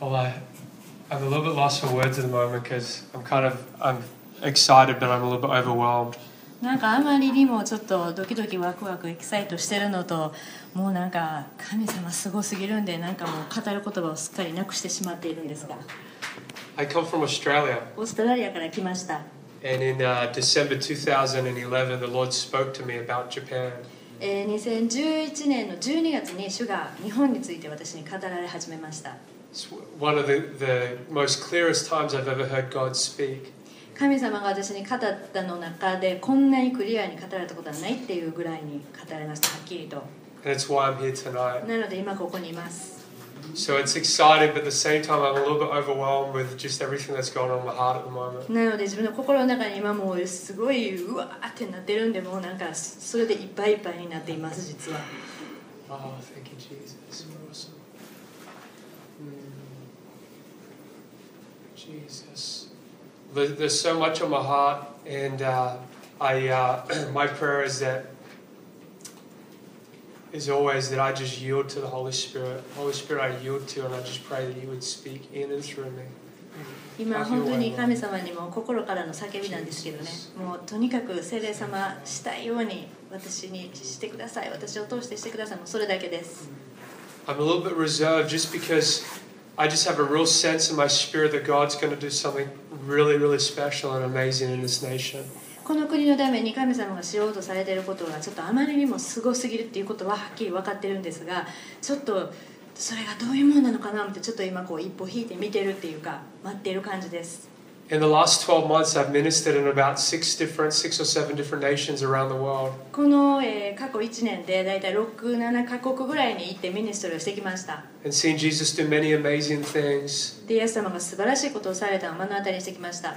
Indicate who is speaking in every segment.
Speaker 1: Well, I, I'm a little bit lost for words at the moment because I'm kind of I'm excited, but I'm a little bit overwhelmed.
Speaker 2: なんかあまりにもちょっとドキドキワクワクエキサイトしてるのともうなんか神様すごすぎるんでなんかもう語る言葉をすっかりなくしてしまっているんですが
Speaker 1: I come from Australia,
Speaker 2: オーストラリアから来ました、
Speaker 1: and in uh, December 2011, the Lord spoke to me about Japan.
Speaker 2: えー2011年の12月に主が日本について私に語られ始めました
Speaker 1: It's one of the, the most clearest times I've ever heard God speak.
Speaker 2: 神様が私に語ったの中でこんなにクリアに語られたことはないっていうぐらいに語られましたはっきりと
Speaker 1: And it's why I'm here tonight.
Speaker 2: なので今ここにいます
Speaker 1: So it's exciting, but at the same time, I'm a little bit overwhelmed with just everything that's going on in my heart at the moment.
Speaker 2: なので自分の心の中に今もうすごいうわーってなってるんでもうなんかそれでいっぱいいっぱいになっています実は
Speaker 1: Oh, thank you, Jesus. You're awesome. Hmm. Mm. Jesus. There- There's so much on my heart, and uh, I, uh, my prayer is that, is always that I just yield to the Holy Spirit. Holy Spirit, I yield to, and I just pray that you would speak in and through me.
Speaker 2: 今本当に神様にも心からの叫びなんですけどねもうとにかく聖霊様したいように私にしてください私を通してしてくださいもうそれだけです
Speaker 1: I'm a little bit reserved just because I just have a real sense in my spirit that God's going to do something really, really special and amazing in this nation.
Speaker 2: この国のために神様がしようとされていることがちょっとあまりにもすごすぎるっていうことははっきり分かってるんですがちょっとそれがどういうものなのかなってちょっと今こう一歩引いて見てるっていうか待っている感じです
Speaker 1: In the last 12 months, I've ministered in about six different, six or seven different nations around the world.
Speaker 2: この、えー過去1年で大体67カ国ぐらいに行ってミニストリーをしてきました
Speaker 1: and seen Jesus do many amazing things.
Speaker 2: でイエス様が素晴らしいことをされたのを目の当たりにしてきました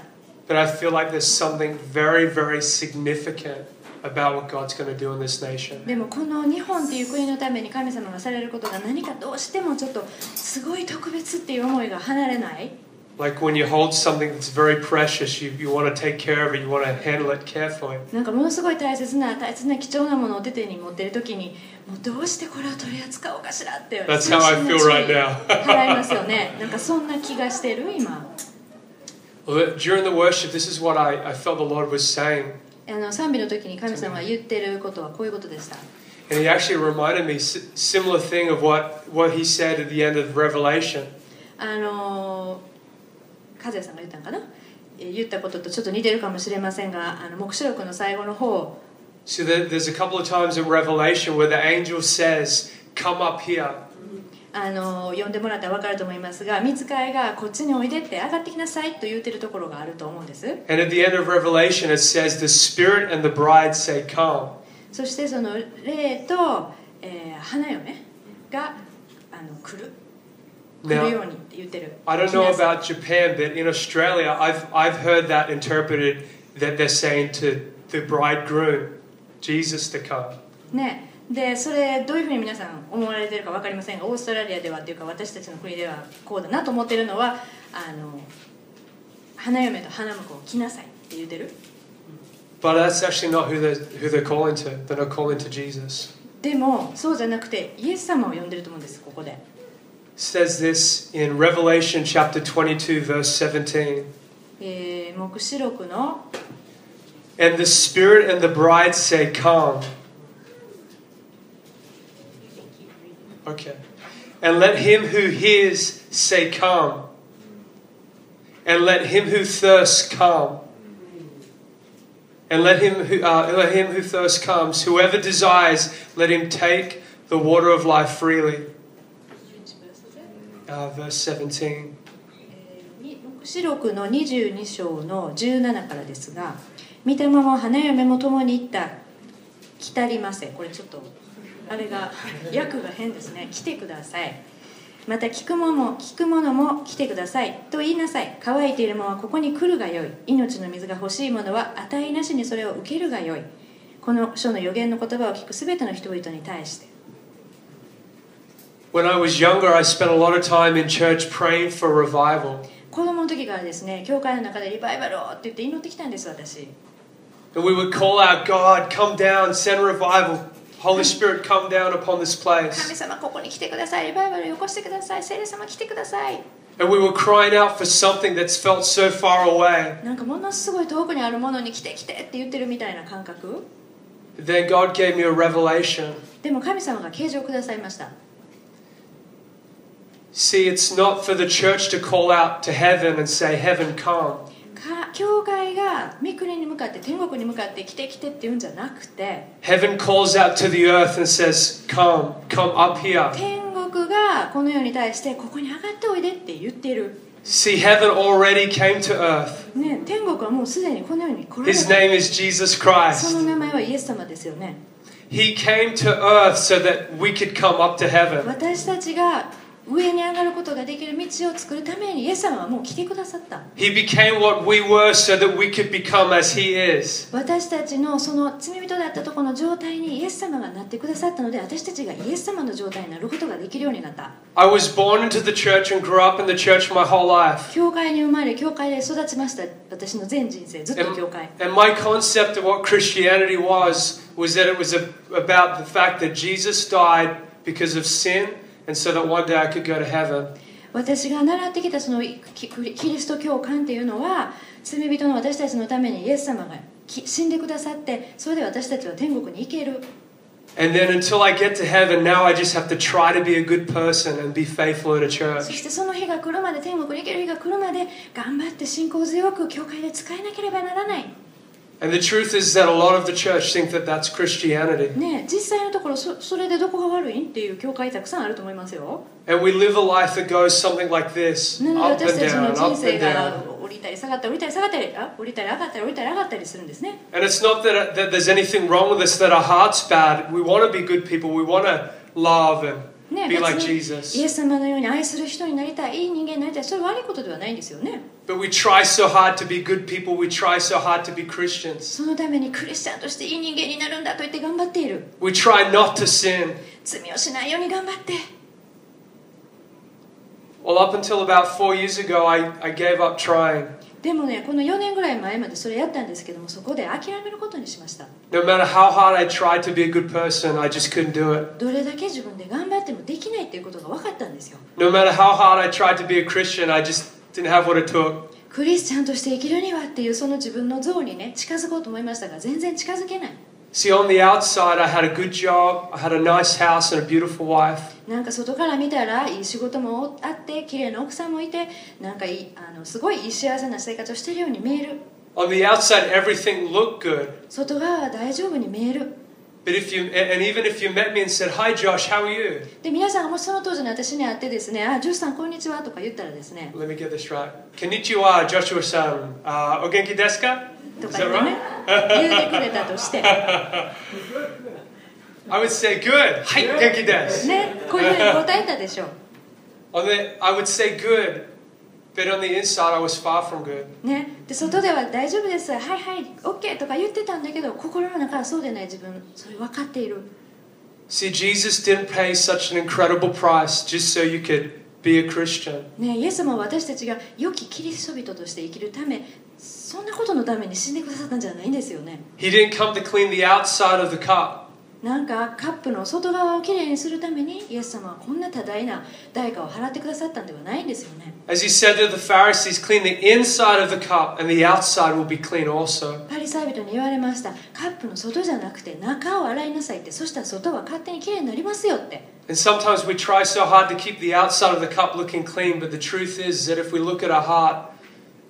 Speaker 1: But I feel like there's something very, very significant about what God's going to do in this nation.
Speaker 2: でもこの日本っていう国のために神様がされることが何かどうしてもちょっとすごい特別っていう思いが離れない
Speaker 1: Like when you hold something that's very precious, you, you want to take care of it, you want to handle it carefully.
Speaker 2: なんかものすごい大切な大切な貴重なものを手に持ってる時にもうどうしてこれを取り扱おうかしらって
Speaker 1: That's how I feel right now.
Speaker 2: 精神の注意払いますよねなんかそんな気がしてる今
Speaker 1: Well, During the worship, this is what I, I felt the Lord was saying.
Speaker 2: あの賛美の時に神様が言ってることはこういうことでした
Speaker 1: And He actually reminded me si- similar thing of what, what He said at the end of Revelation.
Speaker 2: あの和也さんが言ったんかなえー言ったこととちょっと似てるかもしれませんがあの黙示録の最後の方
Speaker 1: So there, there's a couple of times in Revelation where the angel says, Come up here.
Speaker 2: あの呼んでもらったら分かると思いますが見つかいがこっちにおいでって上がってきなさいと言ってるところがあると思うんです
Speaker 1: And at the end of Revelation, it says, The Spirit and the bride say, Come.
Speaker 2: そしてその霊と、えー花嫁があの来る来る
Speaker 1: Now,
Speaker 2: ようにって言ってる
Speaker 1: I don't know
Speaker 2: 来なさい
Speaker 1: about Japan, but in Australia, I've, I've heard that interpreted that they're saying to the bridegroom, Jesus to come.
Speaker 2: ねでそれどういうふうに皆さん思われてるか分かりませんがオーストラリアではっていうか私たちの国ではこうだなと思ってるのはあの花嫁と花婿を来なさいって言ってる
Speaker 1: But that's actually not who they're, who they're calling to. They're not calling to Jesus.
Speaker 2: でもそうじゃなくてイエス様を呼んでると思うんですここで
Speaker 1: It says this in Revelation chapter 22, verse 17.
Speaker 2: えー黙示録の
Speaker 1: And the Spirit and the bride say, Come. Okay. And let him who hears say, Come. And let him who thirsts come. And let him who, uh, let him who thirsts comes. Whoever desires, let him take the water of life freely. Uh, verse 17.
Speaker 2: に黙示録の22章の17からですが「御霊も花嫁も共に行った来たりませ」これちょっとあれが訳が変ですね「来てください」また聞くものも聞くものも来てくださいと言いなさい乾いているものはここに来るがよい命の水が欲しいものは値なしにそれを受けるがよいこの書の予言の言葉を聞くすべての人々に対して
Speaker 1: When I was younger, I spent a lot of time in church praying for revival.
Speaker 2: 子供の時からですね教会の中でリバイバルをって言って祈ってきたんです私
Speaker 1: And we would call out, God, come down, send revival. Holy Spirit, come down upon this
Speaker 2: 神
Speaker 1: place.
Speaker 2: 様ここに来てくださいリバイバルを起こしてください聖霊様来てください
Speaker 1: And we were crying out for something that's felt so far away.
Speaker 2: なんかものすごい遠くにあるものに来て来てって言ってるみたいな感覚
Speaker 1: Then God gave me a revelation.
Speaker 2: でも神様が啓示をくださいました
Speaker 1: See, it's not for the church to call out to heaven and say, Heaven, come.
Speaker 2: か教会が御国に向かって天国に向かって来て来てって言うんじゃなくて
Speaker 1: Heaven calls out to the earth and says, Come, come up here.
Speaker 2: 天国がこの世に対してここに上がっておいでって言ってる、
Speaker 1: See, heaven already came to earth.
Speaker 2: ね、天国はもうすでにこの世に来られ
Speaker 1: His
Speaker 2: た
Speaker 1: name is Jesus
Speaker 2: その
Speaker 1: Christ.
Speaker 2: 名前はイエス様ですよね
Speaker 1: He came to earth so that we could come up to heaven.
Speaker 2: 私たちが上に上がることができる道を作るためにイエス様はもう来てくださった
Speaker 1: He became what we were so that we could become as He is.
Speaker 2: 私たちのその罪人だったところの状態にイエス様がなってくださったので私たちがイエス様の状態になることができるようになった
Speaker 1: I was born into the church and grew up in the church my whole life.
Speaker 2: 教会に生まれ教会で育ちました私の全人生ずっと
Speaker 1: And,
Speaker 2: 教会
Speaker 1: and my concept of what Christianity was was that it was a, about the fact that Jesus died because of sin and so that one day I could go to heaven.
Speaker 2: 私が習ってきたそのキキリスト教観っていうのは罪人の私たちのためにイエス様がき死んでくださってそれで私たちは天国に行ける
Speaker 1: And then until I get to heaven, now I just have to try to be a good person and be faithful at a
Speaker 2: そ
Speaker 1: church.
Speaker 2: してその日が来るまで天国に行ける日が来るまで頑張って信仰強く教会で使えなければならない
Speaker 1: And the truth is that a lot of the church think that that's Christianity.
Speaker 2: ねえ実際のところそそれでどこが悪いんっていう教会たくさんあると思いますよ
Speaker 1: And we live a life that goes something like this
Speaker 2: なの
Speaker 1: up
Speaker 2: で私
Speaker 1: and down,
Speaker 2: たちの人
Speaker 1: up
Speaker 2: 生
Speaker 1: and
Speaker 2: が
Speaker 1: down.
Speaker 2: 降りたり下がったり降りたり下がったりあ降りたり上がったり降りたり上がったりするんですね
Speaker 1: And it's not that, that there's anything wrong with us, that our heart's bad. We want to be good people, we want to love and
Speaker 2: ね
Speaker 1: be like
Speaker 2: 別にイ
Speaker 1: Jesus.
Speaker 2: エス様のように愛する人になりたいいい人間になりたいそれは悪いことではないんですよね
Speaker 1: But we try so hard to be good people, we try so hard to be Christians.
Speaker 2: そのためにクリスチャンとしていい人間になるんだと言って頑張っている
Speaker 1: We try not to sin.
Speaker 2: 罪をしないように頑張って
Speaker 1: Well, up until about four years ago, I, I gave up trying.
Speaker 2: でもねこの4年ぐらい前までそれやったんですけどもそこで諦めることにしました
Speaker 1: No matter how hard I tried to be a good person, I just couldn't do it.
Speaker 2: どれだけ自分で頑張ってもできないっていうことが分かったんですよ
Speaker 1: No matter how hard I tried to be a Christian, I just didn't have what it took.
Speaker 2: クリスチャンとして生きるにはっていうその自分の像にね近づこうと思いましたが全然近づけない
Speaker 1: See, on the outside, I had a good job, I had a nice house, and a beautiful wife.
Speaker 2: なんか外から見たらいい仕事もあって綺麗な奥さんもいてなんかいいあのすごいいい幸せな生活をしてるように見える
Speaker 1: On the outside, everything looked good.
Speaker 2: 外側は大丈夫に見える
Speaker 1: But if you, and and even if you met me and said, Hi, Josh, how are you?
Speaker 2: で皆さんがもしその当時の私に会ってですね「あジョシさんこんにちは」とか言ったらですね
Speaker 1: Let me get this right. Konnichiwa, Joshua san. Uh, ogenki desu ka?
Speaker 2: と
Speaker 1: Is
Speaker 2: か言
Speaker 1: that
Speaker 2: ってね
Speaker 1: right?
Speaker 2: 言ってくれたとしてね
Speaker 1: I would say, Good. Hi, genki desu.
Speaker 2: こういうふうに答えたでしょ
Speaker 1: On the, I would say, Good. But on the inside, I was far from good.
Speaker 2: ねで外では「大丈夫ですはいはい OK」とか言ってたんだけど心の中はそうでない自分それ分かっている
Speaker 1: See, Jesus didn't pay such an incredible price just so you could be a Christian.
Speaker 2: ねイエス様は私たちが良きキリスト人として生きるためそんなことのために死んでくださったんじゃないんですよね
Speaker 1: He didn't come to clean the outside of the cup.
Speaker 2: なんかカップの外側をきれいにするためにイエス様はこんな多大な代価を払ってくださったんではないんですよね
Speaker 1: As he said to the Pharisees, clean the inside of the cup, and the outside will be clean also.
Speaker 2: パリサイ人に言われましたカップの外じゃなくて中を洗いなさいってそしたら外は勝手にきれいになりますよって
Speaker 1: And sometimes we try so hard to keep the outside of the cup looking clean, but the truth is that if we look at our heart,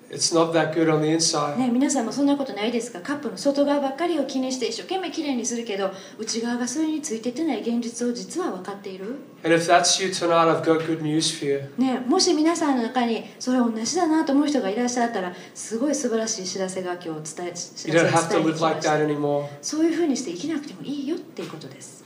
Speaker 1: it's not that good on the inside.
Speaker 2: ね皆さんもそんなことないですかカップの外側ばっかりを気にして一生懸命きれいにするけど内側がそれについていってない現実を実は分かっている
Speaker 1: And if that's you tonight, I've got good news for you.
Speaker 2: ねもし皆さんの中にそれ同じだなと思う人がいらっしゃったらすごい素晴らしい知らせが今日伝え知
Speaker 1: You
Speaker 2: らせ
Speaker 1: don't have to
Speaker 2: を伝えに
Speaker 1: live
Speaker 2: 来ま
Speaker 1: like
Speaker 2: し
Speaker 1: that
Speaker 2: た
Speaker 1: anymore.
Speaker 2: そういうふうにして生きなくてもいいよっていうことです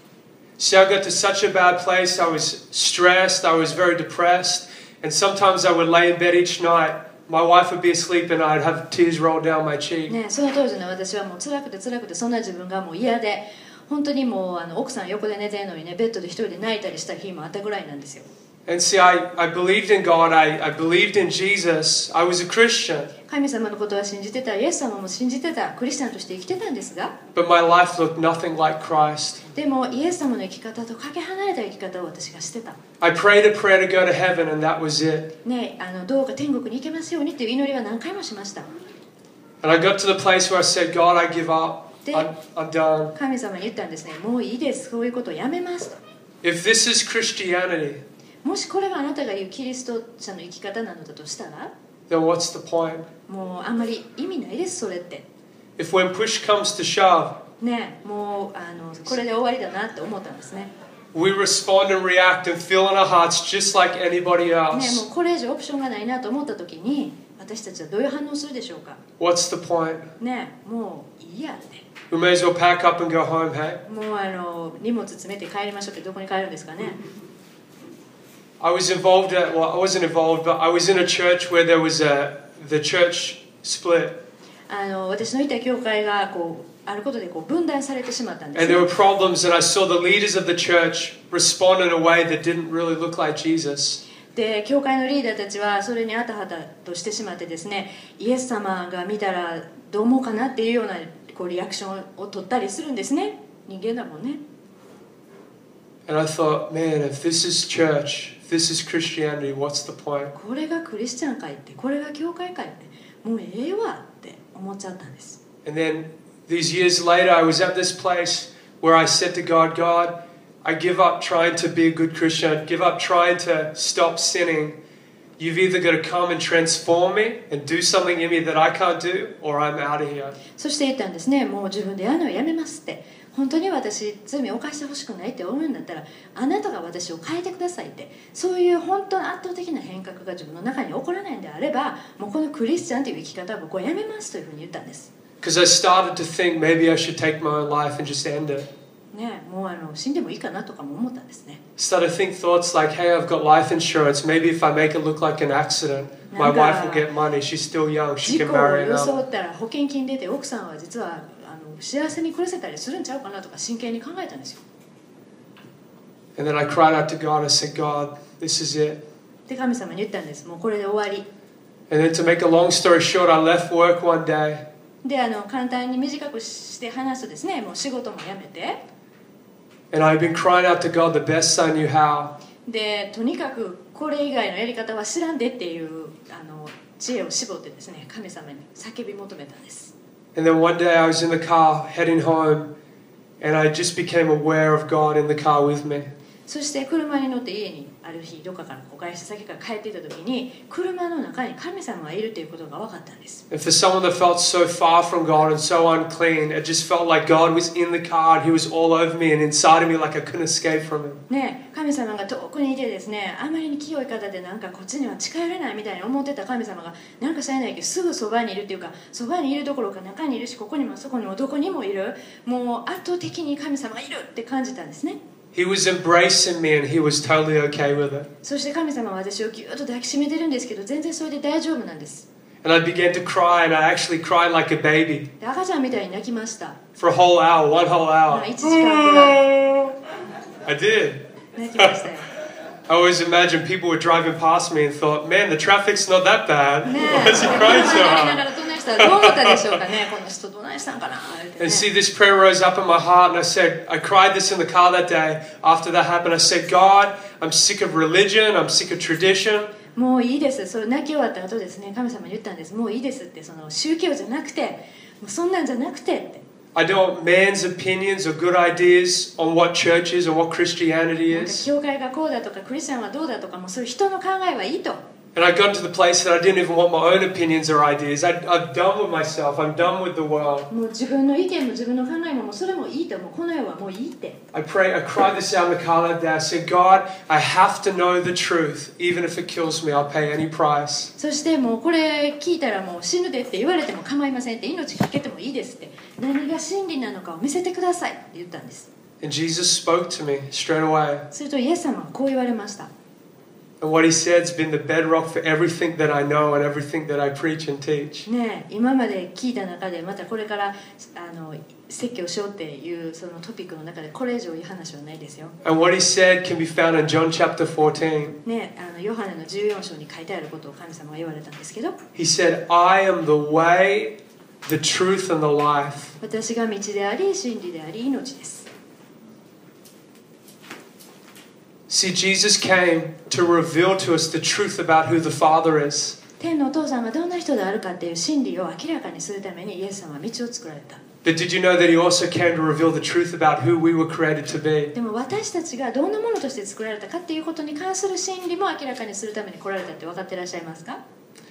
Speaker 1: See, I got to such a bad place. I was stressed. I was very depressed. And sometimes I would lay in bed each night. My wife would be asleep and I'd have tears roll down my cheek.
Speaker 2: ね、その当時の私はもう辛くて辛くてそんな自分がもう嫌で本当にもうあの奥さん横で寝てるのにねベッドで一人で泣いたりした日もあったぐらいなんですよ
Speaker 1: And see, I, I believed in God, I, I believed in Jesus, I was a Christian,
Speaker 2: 神様のことは信じてたイエス様も信じてたクリスチャンとして生きてたんですが
Speaker 1: but my life looked nothing like Christ.
Speaker 2: でもイエス様の生き方とかけ離れた生き方を私がしてた
Speaker 1: I prayed a prayer to go to heaven, and that was it.
Speaker 2: ねあのどうか天国に行けますようにっていう祈りは何回もしました
Speaker 1: And I got to the place where I said, God, I give up, I'm,
Speaker 2: Did-
Speaker 1: I'm done.
Speaker 2: 神様に言ったんですねもういいですそういうことをやめますと
Speaker 1: If this is Christianity,
Speaker 2: もしこれがあなたが言うキリスト者の生き方なのだとしたら
Speaker 1: then what's the point?
Speaker 2: もうあんまり意味ないですそれって
Speaker 1: If when push comes to shove,
Speaker 2: ねもうあのこれで終わりだなって思ったんですねね
Speaker 1: we respond and react and feel in our hearts just like anybody
Speaker 2: も
Speaker 1: else,
Speaker 2: うこれ以上オプションがないなと思った時に私たちはどういう反応するでしょうか
Speaker 1: what's the point?
Speaker 2: ねもういいやって
Speaker 1: We may as well pack up and go home, hey?
Speaker 2: もうあの荷物詰めて帰りましょうってどこに帰るんですかね
Speaker 1: I was involved at well, I wasn't involved, but I was in a church where there was a the church split,
Speaker 2: あの私のいた教会がこうあることでこう分断されてしまったんです
Speaker 1: and there
Speaker 2: ね
Speaker 1: were problems, and I saw the leaders of the church respond in a way that didn't really look like Jesus.
Speaker 2: で教会のリーダーたちはそれにあたはたとしてしまってですねイエス様が見たらどう思うかなっていうようなこうリアクションを取ったりするんですね人間だもんね
Speaker 1: And I thought, man, if this is church, if this is Christianity, what's the point?
Speaker 2: これがクリスチャン会ってこれが教会会ってもうええわって思っちゃったんです
Speaker 1: And then these years later, I was at this place where I said to God, God, I give up trying to be a good Christian. I give up trying to stop sinning. You've either got to come and transform me and do something in me that I can't do, or I'm out of here.
Speaker 2: そして言ったんですねもう自分でやるのはやめますって本当に私罪を犯してほしくないって思うんだったらあなたが私を変えてくださいってそういう本当に圧倒的な変革が自分の中に起こらないんであればもうこのクリスチャンという生き方は僕はやめますというふうに言ったんです
Speaker 1: Because I started to think maybe I should take my own life and just end it.
Speaker 2: ねもうあの死んでもいいかなとかも思ったんですね
Speaker 1: Started to think thoughts like, hey, I've got life insurance. Maybe if I make it look like an accident, my
Speaker 2: Nanda.
Speaker 1: wife will get money. She's still young. She
Speaker 2: 事
Speaker 1: can
Speaker 2: 故を
Speaker 1: marry
Speaker 2: 装
Speaker 1: another.
Speaker 2: ったら保険金出て奥さんは実はあの幸せに暮らせたりするんちゃうかなとか真剣に考えたんですよ
Speaker 1: And then I cried out to God. I said, God, this is it.
Speaker 2: で神様に言ったんですもうこれで終わり
Speaker 1: And then to make a long story short, I left work one day
Speaker 2: であの簡単に短くして話すとですねもう仕事も辞めて
Speaker 1: and I'd been crying out to God the best I knew how.
Speaker 2: でとにかくこれ以外のやり方は知らんでっていうあの知恵を絞ってですね神様に叫び求めたんです
Speaker 1: And then one day I was in the car heading home and I just became aware of God in the car with me.
Speaker 2: そして車に乗って家にある日どっかからこう外出先から帰っていた時に車の中に神様がいるということが分かったんです
Speaker 1: And for someone that felt so far from God and so unclean, it just felt like God was in the car and He was all over me and inside of me like I couldn't escape from Him.
Speaker 2: ね神様が遠くにいてですねあまりに清い方でなんかこっちには近寄れないみたいに思ってた神様がなんか知らないけどすぐそばにいるっていうかそばにいるどころか中にいるしここにもあそこにもどこにもいるもう圧倒的に神様がいるって感じたんですね
Speaker 1: He was embracing me and He was totally okay with it.
Speaker 2: そして神様は私をぎゅっと抱きしめてるんですけど全然それで大丈夫なんです
Speaker 1: And I began to cry and I actually cried like a baby
Speaker 2: で赤ちゃんみたいに泣きました
Speaker 1: for a whole hour, one whole hour.
Speaker 2: まあ1時間ぐらい
Speaker 1: I did.
Speaker 2: 泣きましたよ
Speaker 1: I always imagined people were driving past me and thought, man, the traffic's not that bad.
Speaker 2: ね
Speaker 1: Why is he crying so
Speaker 2: 泣き
Speaker 1: hard?
Speaker 2: ながらどないしたらどう思ったでしょうかねこの人どないしたんかなって、ね
Speaker 1: And see, this prayer rose up in my heart, and I said, I cried this in the car that day. After that happened, I said, God, I'm sick of religion, I'm sick of tradition.
Speaker 2: もういいですそれ泣き終わった後ですね神様に言ったんですもういいですってその宗教じゃなくてもうそんなんじゃなくてって
Speaker 1: I don't want man's opinions or good ideas on what church is and what Christianity
Speaker 2: なんか
Speaker 1: is.
Speaker 2: 教会がこうだとかクリスチャンはどうだとかもうそういう人の考えはいいと
Speaker 1: And I got to the place that I didn't even want my own opinions or ideas. I, I'm done with myself, I'm done with the world.
Speaker 2: もう自分の意見も自分の考えももうそれもいいともうこの世はもういいって
Speaker 1: I pray, I cried this out in the car that day. I said, God, I have to know the truth. Even if it kills me, I'll pay any price.
Speaker 2: そしてもうこれ聞いたらもう死ぬでって言われても構いませんって命かけてもいいですって何が真理なのかを見せてくださいって言ったんです
Speaker 1: And Jesus spoke to me straight away.
Speaker 2: するとイエス様はこう言われました
Speaker 1: And what he said has been the bedrock for everything that I know and everything that I preach and teach.
Speaker 2: ねえ今まで聞いた中でまたこれからあの説教しようっていうそのトピックの中でこれ以上いい話はないですよ。
Speaker 1: And what he said can be found in John chapter 14.
Speaker 2: ねえあのヨハネの14章に書いてあることを神様は言われたんですけど
Speaker 1: He said, I am the way, the truth, and the life.
Speaker 2: 私が道であり真理であり命です。
Speaker 1: See, Jesus came to reveal to us the truth about who the Father is.
Speaker 2: 天のお父さんがどんな人であるかっていう真理を明らかにするためにイエス様は道を作られた。
Speaker 1: But did you know that he also came to reveal the truth about who we were created to be?
Speaker 2: でも私たちがどんなものとして作られたかっていうことに関する真理も明らかにするために来られたって分かってらっしゃいますか、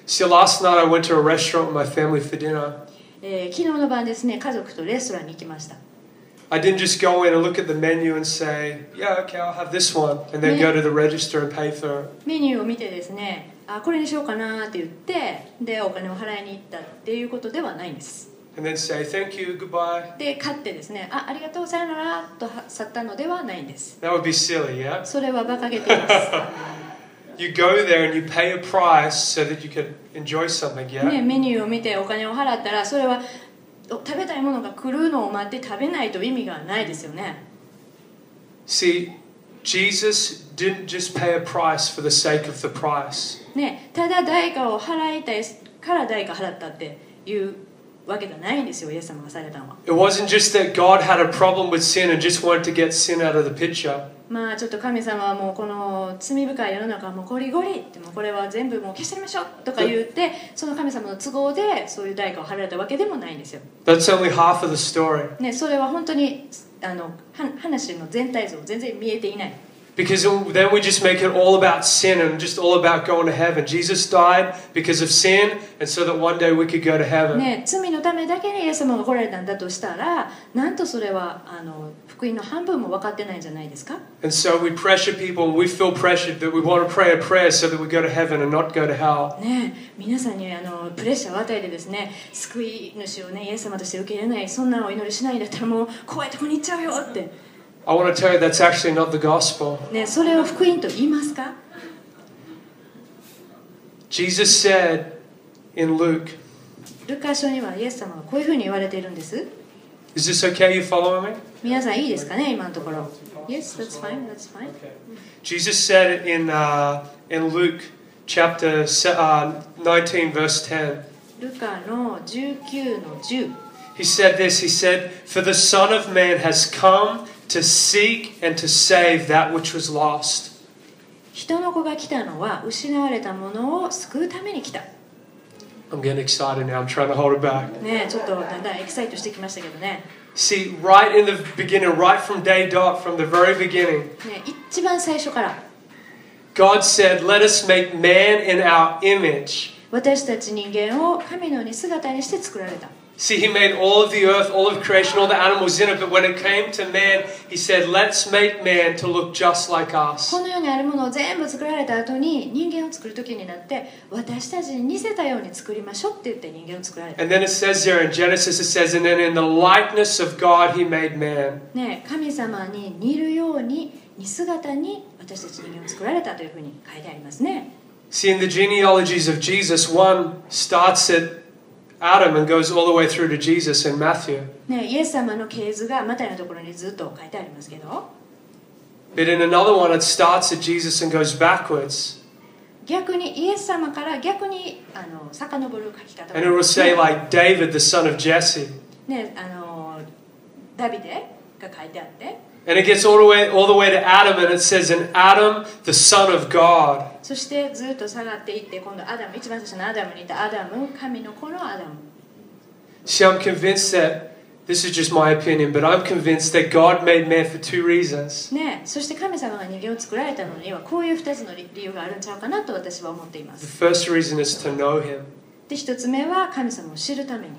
Speaker 1: See, last night I went to a restaurant with my family for dinner.
Speaker 2: えー昨日の晩ですね家族とレストランに行きました。
Speaker 1: I didn't just go in and look at the menu and say, yeah, okay, I'll have this one, and then go to the register and pay for it.
Speaker 2: メニューを見てですねあこれにしようかなって言ってでお金を払いに行ったっていうことではないんです
Speaker 1: and then say, thank you, goodbye. で
Speaker 2: で買ってですねあありがとうさよならとは去ったのではないんです
Speaker 1: That would be silly, yeah?
Speaker 2: それは馬鹿げています
Speaker 1: You go there and you pay a price so that you can enjoy something, yeah?
Speaker 2: ね、メニューを見てお金を払ったらそれはお食べたいものが来るのを待って食べないと意味がないですよね
Speaker 1: See, Jesus didn't just pay a price for the sake of the price.
Speaker 2: ねただ代価を払いたいから代価払ったっていうわけじゃないんですよイエス様がされたのは
Speaker 1: It wasn't just that God had a problem with sin and just wanted to get sin out of the picture.
Speaker 2: まあちょっと神様はもうこの罪深い世の中はもうゴリゴリってもうこれは全部もう消し去りましょうとか言ってその神様の都合でそういう代価を払られたわけでもないんですよ、
Speaker 1: That's only half of the story.
Speaker 2: ね、それは本当にあのは話の全体像全然見えていない
Speaker 1: Because it- then we just make it all about sin and just all about going to heaven. Jesus died because of sin and so that one day we could go to heaven.
Speaker 2: ね、罪のためだけにイエス様が来られたんだとしたらなんとそれはあの福音の半分も分かってないんじゃないですか
Speaker 1: And so we pressure people and we feel pressured that we want to pray a prayer so that we go to heaven and not go to hell.
Speaker 2: ねえ皆さんにあのプレッシャーを与えてですね救い主をねイエス様として受け入れないそんなお祈りしないんだったらもう怖いとこに行っちゃうよって、
Speaker 1: I want to tell you that's actually not the gospel.
Speaker 2: ねえ、それを福音と言いますか
Speaker 1: Jesus said in Luke,
Speaker 2: ルカ書にはイエス様がこういうふうに言われているんです
Speaker 1: is this okay? You following me?
Speaker 2: 皆さんいいですかね今のところ Yes, that's fine, that's fine
Speaker 1: Okay. Jesus said it in, uh, in Luke chapter se- uh, 19, verse 10.
Speaker 2: ルカの19の10
Speaker 1: He said this He said, For the Son of Man has come to seek and to save that which was lost.
Speaker 2: 人の子が来たのは失われたものを救うために来た
Speaker 1: I'm getting excited now. I'm trying to hold it back.
Speaker 2: ねえちょっとだんだんエキサイトしてきましたけどね
Speaker 1: See, right in the beginning, right from day dot, from the very beginning,
Speaker 2: ねえ一番最初から
Speaker 1: God said, Let us make man in our image.
Speaker 2: 私たち人間を神のように姿にして作られた
Speaker 1: See, He made all of the earth, all of creation, all the animals in it, but when it came to man, He said, Let's make man to look just like us.
Speaker 2: この世にあるものを全部作られた後に人間を作る時になって私たちに似せたように作りましょうって言って人間を作られた
Speaker 1: And then it says there in Genesis, it says, And then in the likeness of God, He made man.
Speaker 2: ねえ神様に似るように似姿に私たち人間を作られたというふうに書いてありますね
Speaker 1: See, in the genealogies of Jesus, one starts at Adam and goes all the way through to Jesus in Matthew.
Speaker 2: ねえイエス様の系図がマタイのところにずっと書いてありますけど
Speaker 1: But in another one, it starts at Jesus and goes backwards.
Speaker 2: 逆にイエス様から逆にあの遡る書き方
Speaker 1: And it will say, like David, the son of Jesse.
Speaker 2: ねあのダビデが書いてあって
Speaker 1: And it gets all the way, all the way to Adam, and it says, "And Adam, the son of God."
Speaker 2: そしてずっと下がっていって今度アダム一番最初のアダムにいたアダム神の子のアダム
Speaker 1: See, I'm convinced that this is just my opinion, but I'm convinced that God made man for two reasons.
Speaker 2: ねそして神様が人間を作られたのにはこういう2つの理理由があるんちゃうかなと私は思っていま
Speaker 1: The
Speaker 2: す
Speaker 1: first reason is to know Him,
Speaker 2: で1つ目は神様を知るために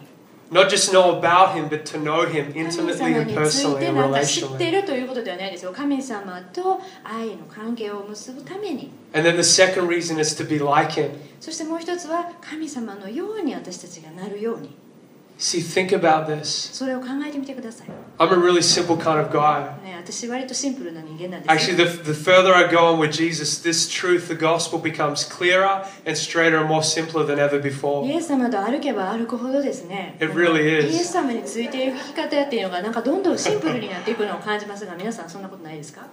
Speaker 1: not just know about Him, but to know Him
Speaker 2: 神
Speaker 1: intimately
Speaker 2: 様
Speaker 1: and
Speaker 2: につい
Speaker 1: personally
Speaker 2: て
Speaker 1: and
Speaker 2: なんか知っ
Speaker 1: relationally.
Speaker 2: てるということではないですよ神様と愛の関係を結ぶために
Speaker 1: And then the second reason is to be like him.
Speaker 2: そしてもう一つは神様のように私たちがなるように
Speaker 1: See, think about this.
Speaker 2: それを考えてみてください、
Speaker 1: I'm a really simple kind of guy.
Speaker 2: ね、私割とシンプルな人間なんです
Speaker 1: Actually,
Speaker 2: よ
Speaker 1: the, the further I go on with Jesus, this truth, the gospel, becomes clearer and straighter and more simpler than ever
Speaker 2: イ
Speaker 1: before.
Speaker 2: エス様と歩けば歩くほどですね
Speaker 1: It really
Speaker 2: イエ
Speaker 1: is.
Speaker 2: ス様についていく生き方っていうのがなんかどんどんシンプルになっていくのを感じますが皆さんそんなことないですか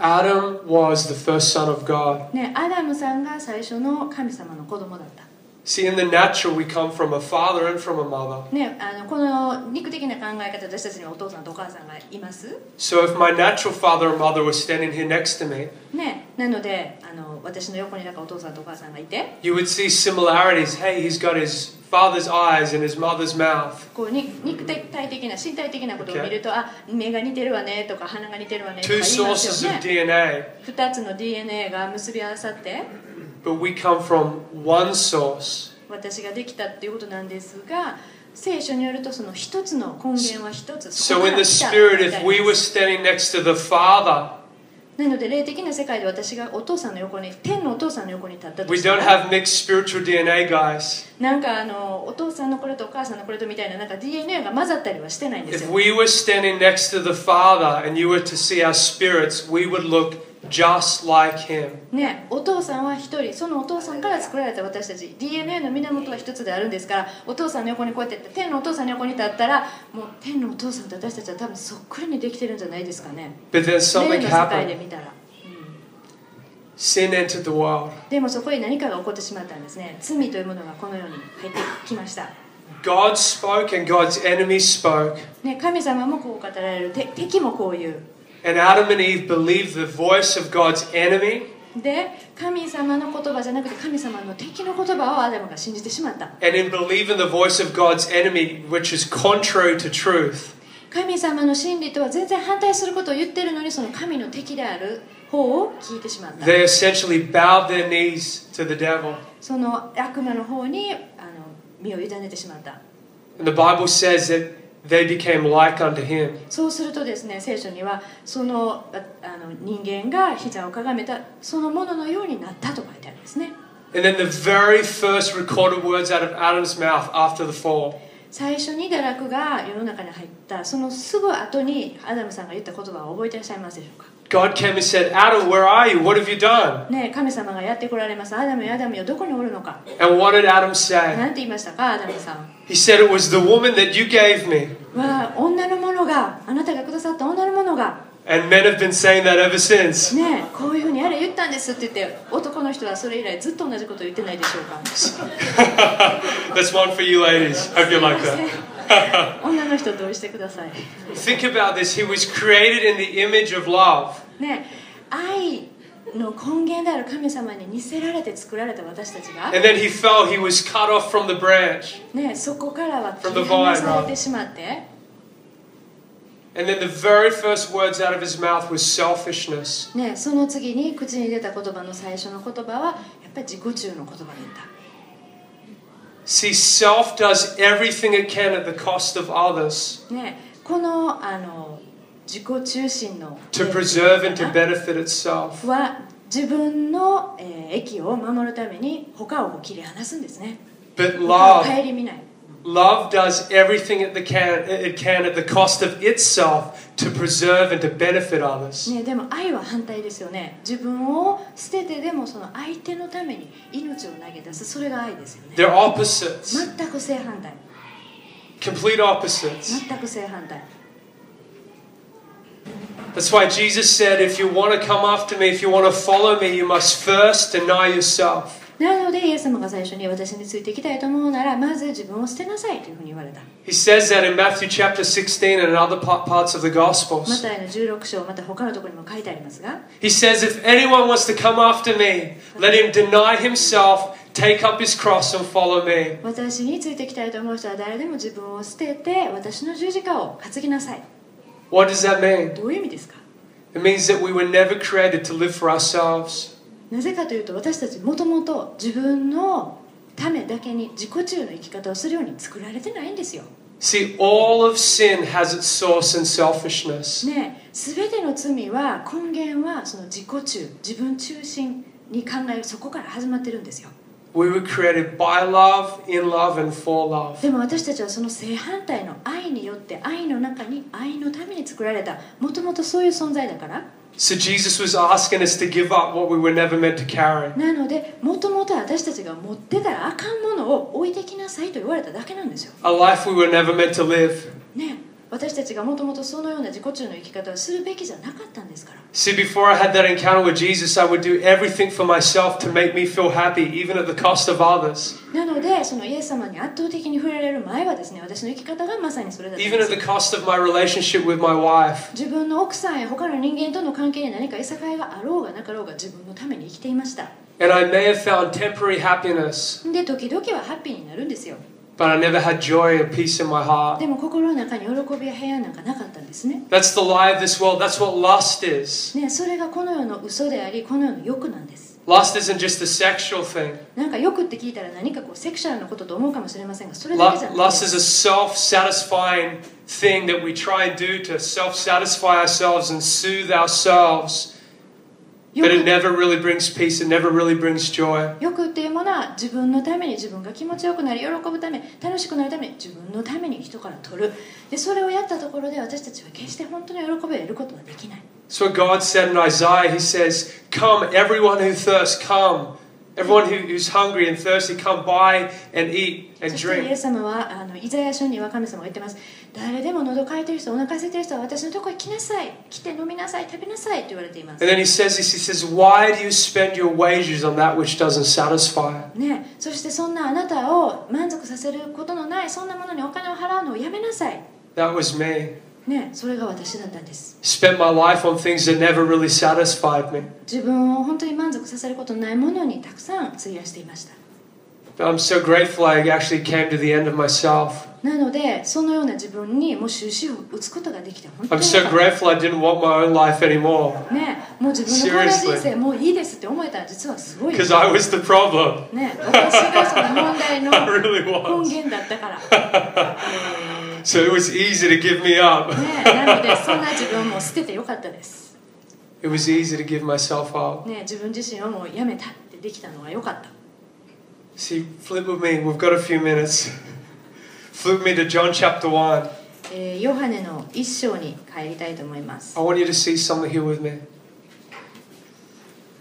Speaker 1: Adam was the first son of God.
Speaker 2: ねアダムさんが最初の神様の子供だった
Speaker 1: See, in the natural, we come from a father and from a mother.
Speaker 2: ねあのこの肉的な考え方私たちにはお父さんとお母さんがいます、
Speaker 1: So if my natural father and mother were standing here next to me,
Speaker 2: ね、なのであの私の横になんかお父さんとお母さんがいて
Speaker 1: you would see similarities. Hey, he's got his father's eyes and his mother's mouth.
Speaker 2: こうに肉体的な身体的なことを見ると、あ目が似てるわねとか鼻が似てるわねとか言
Speaker 1: Two
Speaker 2: います
Speaker 1: sources
Speaker 2: よ
Speaker 1: of
Speaker 2: ね
Speaker 1: DNA,
Speaker 2: 2つの DNA が結び合わさって
Speaker 1: but we come from one source.
Speaker 2: 私ができたっていうことなんですが聖書によるとその一つの根源は一つ
Speaker 1: So in the spirit, if we were standing next to the father,
Speaker 2: なので霊的な世界で私がお父さんの横に天のお父さんの横に立ったと
Speaker 1: we
Speaker 2: した
Speaker 1: don't
Speaker 2: ら
Speaker 1: have mixed spiritual DNA, guys.
Speaker 2: なんかあのお父さんのこれとお母さんのこれとみたいななんか DNA が混ざったりはしてないんです
Speaker 1: If
Speaker 2: よ
Speaker 1: we were standing next to the father and you were to see our spirits, we would look just like him.
Speaker 2: ね、お父さんは一人そのお父さんから作られた私たち DNA の源は一つであるんですからお父さんの横にこうやって立って天のお父さんの横に立ったらもう天のお父さんと私たちは多分そっくりにできてるんじゃないですかね
Speaker 1: But then
Speaker 2: 霊の
Speaker 1: something
Speaker 2: 世界で
Speaker 1: happened.
Speaker 2: 見たら
Speaker 1: Sin entered the world.
Speaker 2: でもそこに何かが起こってしまったんですね罪というものがこの世に入ってきました、
Speaker 1: God spoke and God's enemies spoke.
Speaker 2: ね、神様もこう語られるて敵もこう言う
Speaker 1: And Adam and Eve believed the voice of God's enemy
Speaker 2: で神様の言葉じゃなくて神様の敵の言葉をアダムが信じてしまった
Speaker 1: And in believing the voice of God's enemy, which is contrary to truth,
Speaker 2: 神様の真理とは全然反対することを言ってるのにその神の敵である方を聞いてしまった
Speaker 1: they essentially bowed their knees to the devil.
Speaker 2: その悪魔の方にあの身を委ねてしまった
Speaker 1: And the Bible says that they became like unto him.
Speaker 2: そうするとですね聖書にはそのああの人間が膝をかがめたそのもののようになったと書いてあるんですね
Speaker 1: And then the very first recorded words out of Adam's mouth after the fall
Speaker 2: 最初に堕落が世の中に入ったそのすぐ後にアダムさんが言った言葉を覚えてらっしゃいますでしょうか
Speaker 1: God came and said, Adam, where are you? What have you done?
Speaker 2: ねえ神様がやってこられますアダムよアダムよどこにおるのか
Speaker 1: And what did Adam say?
Speaker 2: なんて言いましたかアダムさん
Speaker 1: He said, It was the woman that you gave me.
Speaker 2: は女のものがあなたがくださった女のものが
Speaker 1: And men have been saying that ever since.
Speaker 2: ねえこういうふうにあれ言ったんですって言って男の人はそれ以来ずっと同じこと言ってないでしょうか
Speaker 1: That's one for you ladies. Hope you like that.
Speaker 2: 女の人同意してください
Speaker 1: Think about this. He was created in the image of love.
Speaker 2: ねえ愛の根源である神様に似せられて作られた私たちが
Speaker 1: And then he fell. He was cut off from the branch.
Speaker 2: ねえそこからは切
Speaker 1: From the
Speaker 2: り
Speaker 1: vine,
Speaker 2: 離されてしまって
Speaker 1: And then the very first words out of his mouth was selfishness.
Speaker 2: ねえその次に口に出た言葉の最初の言葉はやっぱり自己中の言葉だった
Speaker 1: See, self does everything it can at the cost of others
Speaker 2: ね、このあの自己中心の
Speaker 1: to preserve and to benefit itself.
Speaker 2: は自分の、えー益を守るために他を切り離すんですね
Speaker 1: But
Speaker 2: 他を
Speaker 1: love,
Speaker 2: 顧みない
Speaker 1: love does everything it can, it can at the cost of itself to preserve and to benefit others.
Speaker 2: ね、でも愛は反対ですよね自分を捨ててでもその相手のために命を投げ出すそれが愛ですよね
Speaker 1: They're opposites,
Speaker 2: 全く正反対
Speaker 1: complete opposites.
Speaker 2: 全く正反対
Speaker 1: That's why Jesus said, if you want to come after me, if you want to follow me, you must first deny yourself.
Speaker 2: なのでイエス様が最初に私についていきたいと思うならまず自分を捨てなさいというふうに言われた
Speaker 1: He says that in Matthew chapter 16 and in other pa- parts of the
Speaker 2: マ
Speaker 1: Gospels.
Speaker 2: タイの16章また他のところにも書いてありますが
Speaker 1: He says, if anyone wants to come after me, let him deny himself, take up his cross, and follow me.
Speaker 2: 私についてきたいと思う人は誰でも自分を捨てて私の十字架を担ぎなさい
Speaker 1: What does that mean?
Speaker 2: どういう意味ですか
Speaker 1: It means that we were never created to live for ourselves.
Speaker 2: なぜかというと私たちもともと自分のためだけに自己中の生き方をするように作られてないんですよ
Speaker 1: See, all of sin has its source in selfishness.
Speaker 2: ねえ全ての罪は根源はその自己中自分中心に考えるそこから始まってるんですよ
Speaker 1: We were created by love, in love, and for love.
Speaker 2: でも私たちはその正反対の愛によって愛の中に愛のために作られたもともとそういう存在だから
Speaker 1: So Jesus was asking us to give up what we were never meant to carry.
Speaker 2: なのでもともと私たちが持ってたらあかんものを置いてきなさいと言われただけなんですよ
Speaker 1: A life we were never meant to live.
Speaker 2: ね私たちがもともとそのような自己中の生き方をするべきじゃなかったんですから
Speaker 1: See, before I had that encounter with Jesus, I would do everything for myself to make me feel happy, even at the cost of others,
Speaker 2: なのでそのイエス様に圧倒的に触れられる前はですね私の生き方がまさにそれだったんで
Speaker 1: even
Speaker 2: す
Speaker 1: at the cost of my relationship with my wife.
Speaker 2: 自分の奥さんや他の人間との関係に何かいさかいがあろうがなかろうが自分のために生きていました
Speaker 1: And I may have found temporary happiness,
Speaker 2: で時々はハッピーになるんですよ
Speaker 1: but I never had joy and peace in my heart.
Speaker 2: でも心の中に喜びや平安なんかなかったんですね
Speaker 1: That's the lie of this world. That's what lust is.
Speaker 2: ねそれがこの世の嘘でありこの世の欲なんです
Speaker 1: Lust isn't just a sexual thing.
Speaker 2: なんか欲って聞いたら何かこうセクシャルなことと思うかもしれませんがそれだけじゃ
Speaker 1: Lu-
Speaker 2: ない
Speaker 1: Lust is a self satisfying thing that we try and do to self satisfy ourselves and soothe ourselves, but it
Speaker 2: 欲
Speaker 1: never really brings peace, it never really brings joy.
Speaker 2: 欲っていうものは自分のために自分が気持ちよくなり喜ぶため楽しくなるために自分のために人から取るでそれをやったところで私たちは決して本当に喜びを得ることはできない
Speaker 1: That's what God said in Isaiah. He says, Come, everyone who thirsts, come. Everyone who, who's hungry and thirsty, come buy and eat
Speaker 2: そ
Speaker 1: and
Speaker 2: してイエ
Speaker 1: drink.
Speaker 2: ス様はあのイザヤ書には神様が言ってます誰でも喉乾いてる人お腹空いてる人は私のとこへ来なさい来て飲みなさい食べなさいと言われています
Speaker 1: And then he says this, he says, Why do you spend your wages on that which doesn't satisfy?
Speaker 2: ねえ、そしてそんなあなたを満足させることのないそんなものにお金を払うのをやめなさい、
Speaker 1: That was me.
Speaker 2: ねえ、それが私だったんです
Speaker 1: Spent my life on things that never really satisfied me.
Speaker 2: 自分を本当に満足させることのないものにたくさん費やしていました
Speaker 1: But I'm so grateful I actually came to the end of myself.
Speaker 2: なのでそのような自分にもう終止符を打つことができて本当
Speaker 1: I'm
Speaker 2: に
Speaker 1: so
Speaker 2: よかっ
Speaker 1: grateful I didn't want my own life anymore
Speaker 2: たねえ、もう自分のこんな人
Speaker 1: Seriously.
Speaker 2: 生もういいですって思えたら実はすごいです
Speaker 1: because I was the problem.
Speaker 2: ねえ、私がその問題の
Speaker 1: I really
Speaker 2: 根
Speaker 1: was.
Speaker 2: 源だったから、ね
Speaker 1: So it was easy to give me up.
Speaker 2: え、なのでそんな自分も捨ててよかったです、
Speaker 1: It was easy to give myself up.
Speaker 2: ねえ、自分自身をもうやめたってできたのはよかった
Speaker 1: See, flip with me. We've got a few minutes. Flip with me to John chapter 1.
Speaker 2: えーヨハネの一章に帰りたいと思います
Speaker 1: I want you to see something here with me.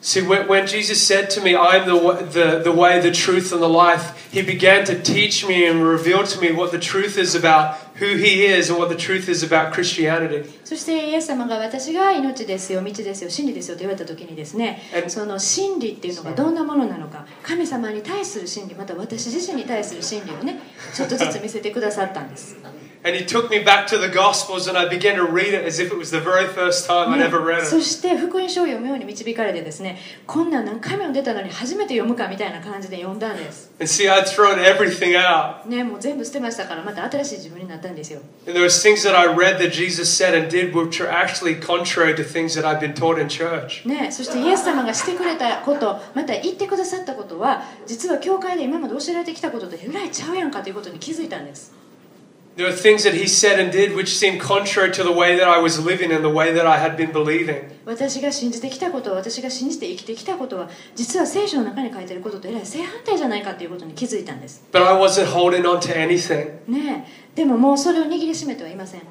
Speaker 1: See, when, when Jesus said to me, I am the, wa- the, the way, the truth, and the life, he began to teach me and reveal to me what the truth is about who he is and what the truth is about Christianity.
Speaker 2: そしてイエス様が私が命ですよ道ですよ真理ですよと言われた時にですね
Speaker 1: And
Speaker 2: その真理っていうのがどんなものなのか神様に対する真理また私自身に対する真理をねちょっとずつ見せてくださったんです
Speaker 1: And he took me back to the Gospels and I began to read it as if it was the very first time I'd ever read
Speaker 2: そ
Speaker 1: it.
Speaker 2: して福音書を読むように導かれてですねこんなん何回も読んでたのに初めて読むかみたいな感じで読んだんです
Speaker 1: And see, I'd thrown everything out.
Speaker 2: ねもう全部捨てましたからまた新しい自分になったんですよ
Speaker 1: And there was things that I read that Jesus said and did which are actually contrary to things that I'd been taught in church.
Speaker 2: ね、そしてイエス様がしてくれたことまた言ってくださったことは実は教会で今まで教えられてきたことと由来ちゃうやんかということに気づいたんです
Speaker 1: There were things that he said and did which seemed contrary to the way that I was living and the way that I had been believing.
Speaker 2: 私が信じてきたこと私が信じて生きてきたことは実は聖書の中に書いてることとえらい正反対じゃないかということに気づいたんです
Speaker 1: But I wasn't holding on to anything.
Speaker 2: ねえでももうそれを握りしめてはいません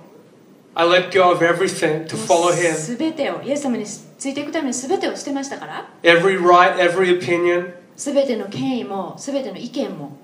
Speaker 1: I let go of everything to follow him.
Speaker 2: 全てをイエス様についていくために全てを捨てましたから
Speaker 1: Every right, every opinion,
Speaker 2: 全ての権威も全ての意見も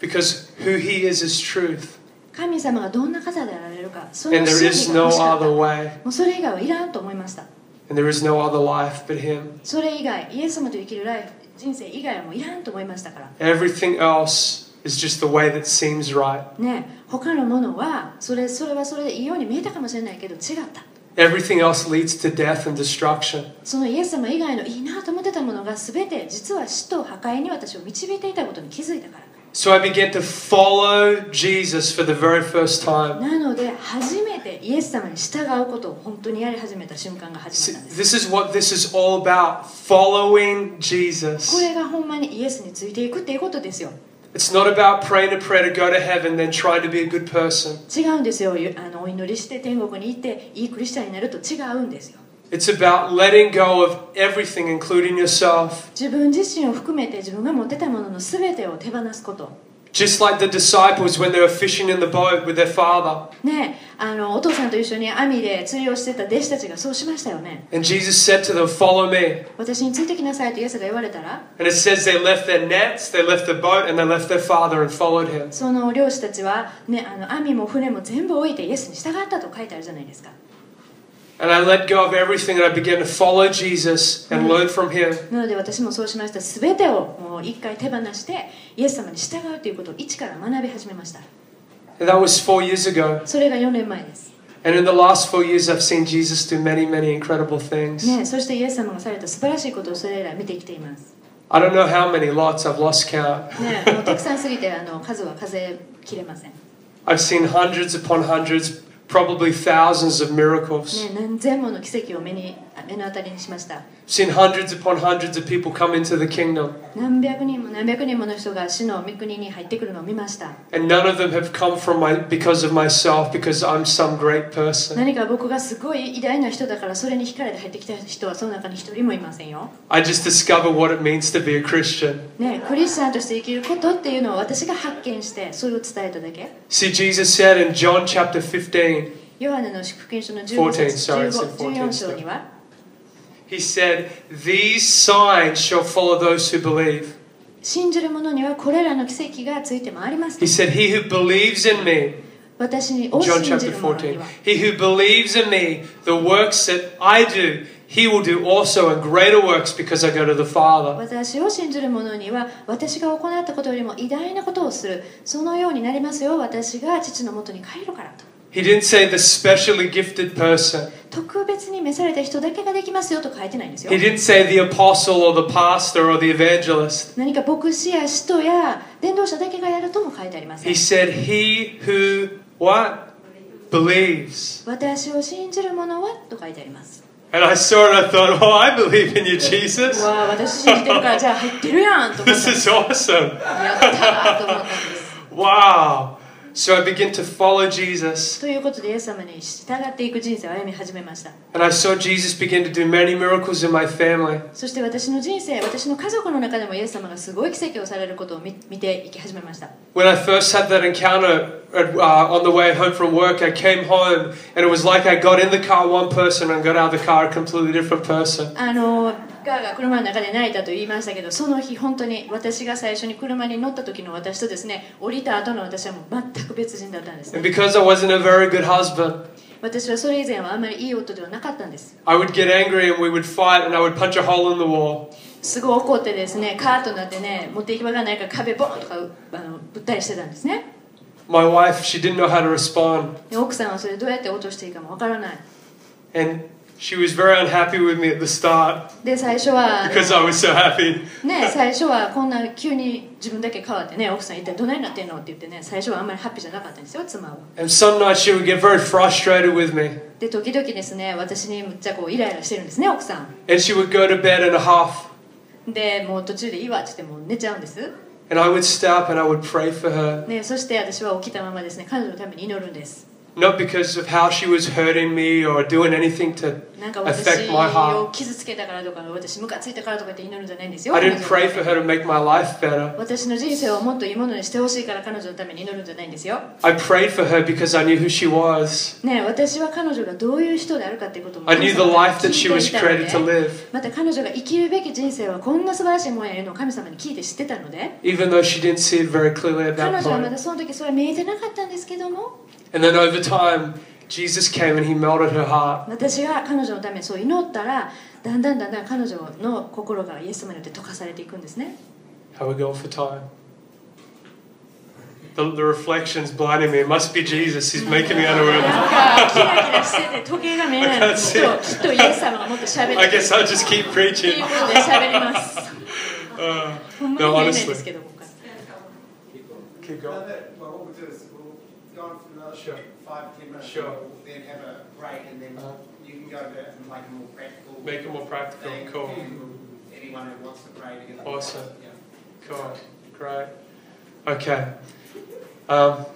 Speaker 1: because who he is is truth.
Speaker 2: 神様がどんな方であられるかそれ
Speaker 1: And
Speaker 2: を
Speaker 1: there
Speaker 2: 信
Speaker 1: is
Speaker 2: じが
Speaker 1: no
Speaker 2: 欲しかった
Speaker 1: other
Speaker 2: も
Speaker 1: way.
Speaker 2: うそれ以外はいらんと思いました
Speaker 1: And there is no other life but him.
Speaker 2: それ以外イエス様と生きるライフ人生以外はもういらんと思いましたから
Speaker 1: Everything else is just the way that seems right.
Speaker 2: ねえ他のものはそれそれはそれでいいように見えたかもしれないけど違った
Speaker 1: Everything else leads to death and destruction.
Speaker 2: そのイエス様以外のいいなと思ってたものが全て実は死と破壊に私を導いていたことに気づいたから
Speaker 1: So I began to follow Jesus for the very first time.
Speaker 2: なので初めてイエス様に従うことを本当にやり始めた瞬間が始
Speaker 1: See,
Speaker 2: まったんです
Speaker 1: This is what this is all about following
Speaker 2: こ
Speaker 1: Jesus.
Speaker 2: れがほんまにイエスについていくっていうことですよ
Speaker 1: It's not about praying a prayer to go to heaven, then trying to be a good person.
Speaker 2: 違うんですよゆあのお祈りして天国に行っていいクリスチャンになると違うんですよ
Speaker 1: It's about letting go of everything, including yourself.
Speaker 2: 自分自身を含めて自分が持ってたものの全てを手放すこと。
Speaker 1: Just like the disciples when they were fishing in the boat with their father.
Speaker 2: ねえあのお父さんと一緒に網で釣りをしてた弟子たちがそうしましたよね
Speaker 1: And Jesus said to them, Follow me.
Speaker 2: 私についてきなさいとイエスが言われたら
Speaker 1: And it says they left their nets, they left the boat, and they left their father and followed him.
Speaker 2: その漁師たちは、ね、あの網も船も全部置いてイエスに従ったと書いてあるじゃないですか
Speaker 1: And I let go of everything and I began to follow Jesus and learn from him.
Speaker 2: なので私もそうしました全てをもう一回手放してイエス様に従うということを一から学び始めました
Speaker 1: And that was four years ago.
Speaker 2: それが4年前です、
Speaker 1: And in the last four years, I've seen Jesus do many, many incredible things.
Speaker 2: ねえ、そしてイエス様がされた素晴らしいことをそれ以来見てきています、
Speaker 1: I don't know how many lots, I've lost count.
Speaker 2: ねえ、もうたくさんすぎてあの数は数えきれません、ね
Speaker 1: I've seen hundreds upon hundreds, probably thousands of miracles.
Speaker 2: え、何千もの奇跡を目に目の当たりにしました
Speaker 1: Seen hundreds upon hundreds of people come into the kingdom,
Speaker 2: 何百人も何百人もの人が死の御国に入ってくるのを見ました、
Speaker 1: and none of them have come from my because of myself, because I'm some great person.
Speaker 2: 何か僕がすごい偉大な人だからそれに惹かれて入ってきた人はその中に一人もいませんよ、
Speaker 1: I just discover what it means to be a Christian.
Speaker 2: ねえ、クリスチャンとして生きることっていうのを私が発見してそれを伝えただけ
Speaker 1: See, Jesus said in John chapter 15,
Speaker 2: ヨハネの福音書の
Speaker 1: 14
Speaker 2: 15節
Speaker 1: 14
Speaker 2: 15 14章には
Speaker 1: He said, These signs shall follow those who believe.
Speaker 2: 信じる者にはこれらの奇跡がついて回ります
Speaker 1: He said, He who believes in me,
Speaker 2: 私にを
Speaker 1: John
Speaker 2: 信
Speaker 1: chapter
Speaker 2: じる者に
Speaker 1: 14.
Speaker 2: は
Speaker 1: He who believes in me, the works that I do, he will do also and greater works because I go to the Father.
Speaker 2: 私を信じる者には私が行ったことよりも偉大なことをするそのようになりますよ私が父のもとに帰るからと
Speaker 1: He didn't say the specially gifted person.
Speaker 2: 特別に召された人だけができますよと書いてないんですよ
Speaker 1: He didn't say the apostle or the pastor or the evangelist.
Speaker 2: 何か牧師や使徒や伝道者だけがやるとも書いてありませ
Speaker 1: He
Speaker 2: ん
Speaker 1: said, He who what? Believes.
Speaker 2: 私を信じる者はと書いてあります
Speaker 1: And I saw it and I thought, oh, I believe in you,
Speaker 2: う
Speaker 1: Jesus.
Speaker 2: わあ私信じてるからじゃあ入ってるやんと思っ
Speaker 1: This
Speaker 2: た
Speaker 1: is awesome.
Speaker 2: やったーと思ったんです
Speaker 1: Wow. So I begin to follow Jesus.
Speaker 2: ということでイエス様に従っていく人生を歩み始めました
Speaker 1: And I saw Jesus begin to do many miracles in my family.
Speaker 2: そして私の人生私の家族の中でもイエス様がすごい奇跡をされることを見見ていき始めました
Speaker 1: When I first had that encounter at, uh, on the way home from work, I came home and it was like I got in the car one person and got out of the car a completely different person.
Speaker 2: あのガーが車の中で泣いたと言いましたけどその日本当に私が最初に車に乗った時の私とですね降りた後の私はもう全く別人だったんです
Speaker 1: And because I wasn't a very good husband,
Speaker 2: 私はそれ以前はあんまりいい夫ではなかったんです
Speaker 1: I would get angry and we would fight and I would punch a hole in the wall.
Speaker 2: すごい怒ってですねカーッとなってね持って行き場がないから壁ボンとかあのぶったりしてたんですね
Speaker 1: My wife, she didn't know how to respond
Speaker 2: で奥さんはそれどうやって落としていいかもわからない
Speaker 1: and she was very unhappy with me at the start
Speaker 2: で最初 はあの
Speaker 1: because I was so happy.
Speaker 2: ね最初はこんな急に自分だけ変わってね奥さん一体どないなってんのって言ってね最初はあんまりハッピーじゃなかったんですよ妻は
Speaker 1: And some nights she would get very frustrated with me
Speaker 2: で時々ですね私にむっちゃこうイライラしてるんですね奥さ
Speaker 1: and she would go to bed in a huff
Speaker 2: んでもう途中でいいわって言ってもう寝ちゃうんです、
Speaker 1: and I would stay up and I would pray for her.
Speaker 2: ね、そして私は起きたままですね彼女のために祈るんです
Speaker 1: not because of how she was hurting me or doing anything to
Speaker 2: なんか私
Speaker 1: affect my
Speaker 2: を
Speaker 1: heart.
Speaker 2: 傷つけたからとか私ムカついたからとかって祈るんじゃないんですよ
Speaker 1: I didn't
Speaker 2: 彼
Speaker 1: pray
Speaker 2: 女
Speaker 1: for
Speaker 2: のた
Speaker 1: her
Speaker 2: め
Speaker 1: to make
Speaker 2: に
Speaker 1: my life better.
Speaker 2: 私の人生をもっといいものにしてほしいから彼女のために祈るんじゃないんですよ、
Speaker 1: I prayed for her because I knew who she was.
Speaker 2: ね、私は彼女がどういう人であるかっていうことも
Speaker 1: I knew the
Speaker 2: 神様から
Speaker 1: life that
Speaker 2: 聞
Speaker 1: she
Speaker 2: いて
Speaker 1: was
Speaker 2: いたので
Speaker 1: created to live,
Speaker 2: また彼女が生きるべき人生はこんな素晴らしいもんやいうのを神様に聞いて知ってたので
Speaker 1: even though she didn't see it very clearly at
Speaker 2: 彼
Speaker 1: that
Speaker 2: 女はま
Speaker 1: point.
Speaker 2: だその時それは見えてなかったんですけども
Speaker 1: And then over time, Jesus came and he melted her heart.
Speaker 2: 私が彼女のためにそう祈ったらだんだんだんだん彼女の心がイエス様によって溶かされていくんですね
Speaker 1: How we going for time? The, the reflection's blinding me. It must be Jesus. He's making me
Speaker 2: なん
Speaker 1: unaware.
Speaker 2: かキラキラしてて時計が見えないの
Speaker 1: I can't
Speaker 2: とき
Speaker 1: see
Speaker 2: っとイエス様がもっと喋る
Speaker 1: I guess I'll just keep
Speaker 2: という
Speaker 1: preaching.
Speaker 2: ことで喋ります
Speaker 1: Uh,
Speaker 2: ほんまに見えないんですけど僕は
Speaker 1: keep
Speaker 3: Now
Speaker 1: going.
Speaker 3: that, well, what we'll do is we'll go on for another
Speaker 1: Sure.
Speaker 3: five, ten minutes.
Speaker 1: Sure.
Speaker 3: and We'll then have a break and then
Speaker 1: Uh-huh.
Speaker 3: you can go to and like a more practical.
Speaker 1: Make it more practical.
Speaker 3: thing.
Speaker 1: Cool.
Speaker 3: And Anyone who wants to pray together.
Speaker 1: Awesome.
Speaker 3: Yeah.
Speaker 1: Cool. Great. Okay. Um,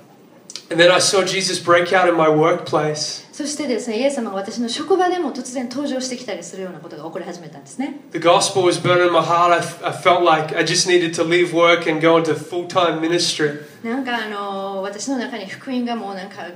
Speaker 1: And then I saw Jesus break out in my workplace.
Speaker 2: そしてですねイエス様が私の職場でも突然登場してきたりするようなことが起こり始めたんですね
Speaker 1: The gospel was burning in my heart. I, f- I felt like I just needed to leave work and go into full time ministry.
Speaker 2: なんかあの私の中に福音がもうなんか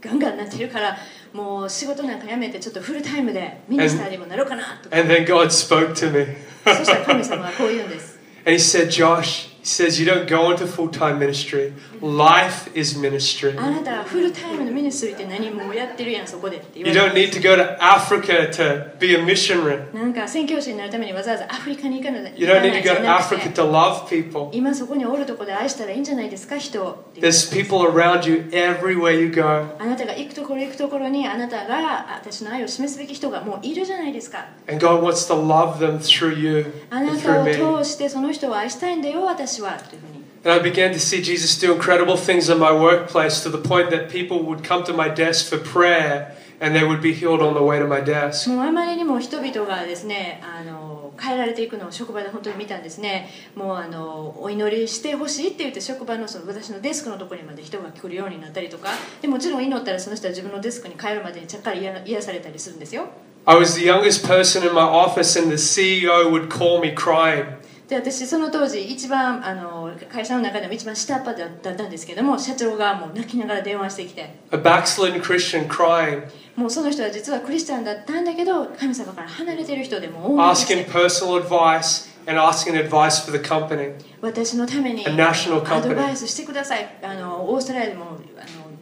Speaker 2: ガンガンなってるからもう仕事なんかやめてちょっとフルタイムでミニスターにもなろうかなとか
Speaker 1: And then God spoke to me.
Speaker 2: そしたら神様がこう言うんです
Speaker 1: And He said, Josh, He says, you don't go into full time ministry, life is ministry.
Speaker 2: あなたはフルタイムのミニストリーって何もやってるやんそこでって言
Speaker 1: You
Speaker 2: われ
Speaker 1: don't need to
Speaker 2: て
Speaker 1: go to Africa to be a missionary.
Speaker 2: なんか宣教師になるためにわざわざアフリカに行かない
Speaker 1: You
Speaker 2: 行か
Speaker 1: don't need to
Speaker 2: ないじ
Speaker 1: go
Speaker 2: ゃ
Speaker 1: to
Speaker 2: なく
Speaker 1: Africa
Speaker 2: て
Speaker 1: to love people.
Speaker 2: 今そこにおるとこで愛したらいいんじゃないですか人をって言われて
Speaker 1: There's people around you everywhere you go.
Speaker 2: あなたが行くところ行くところにあなたがあ私の愛を示すべき人がもういるじゃないですか
Speaker 1: And God wants to love them through you
Speaker 2: あ
Speaker 1: and
Speaker 2: な
Speaker 1: through
Speaker 2: た
Speaker 1: me.
Speaker 2: を通してその人を愛したいんだよ私はというふうに
Speaker 1: And I began to see Jesus do incredible things in my workplace to the point that people would come to my desk for prayer and they would be healed on the way to my desk.
Speaker 2: もうあまりにも人々がですねあの変えられていくのを職場で本当に見たんですねもうあのお祈りしてほしいって言って職場のその私のデスクのところにまで人が来るようになったりとかでもちろん祈ったらその人は自分のデスクに帰るまでにちゃっかり癒や癒されたりするんですよ
Speaker 1: I was the youngest person in my office, and the CEO would call me crying.
Speaker 2: で私その当時一番あの会社の中でも一番下っ端だったんですけども社長がもう泣きながら電話してきて
Speaker 1: A backslidden Christian crying,
Speaker 2: もうその人は実はクリスチャンだったんだけど神様から離れてる人でもう大泣きして
Speaker 1: asking personal advice and asking advice for the company.
Speaker 2: 私のために
Speaker 1: A national
Speaker 2: ア
Speaker 1: company.
Speaker 2: ドバイスしてくださいあのオーストラリアでもあの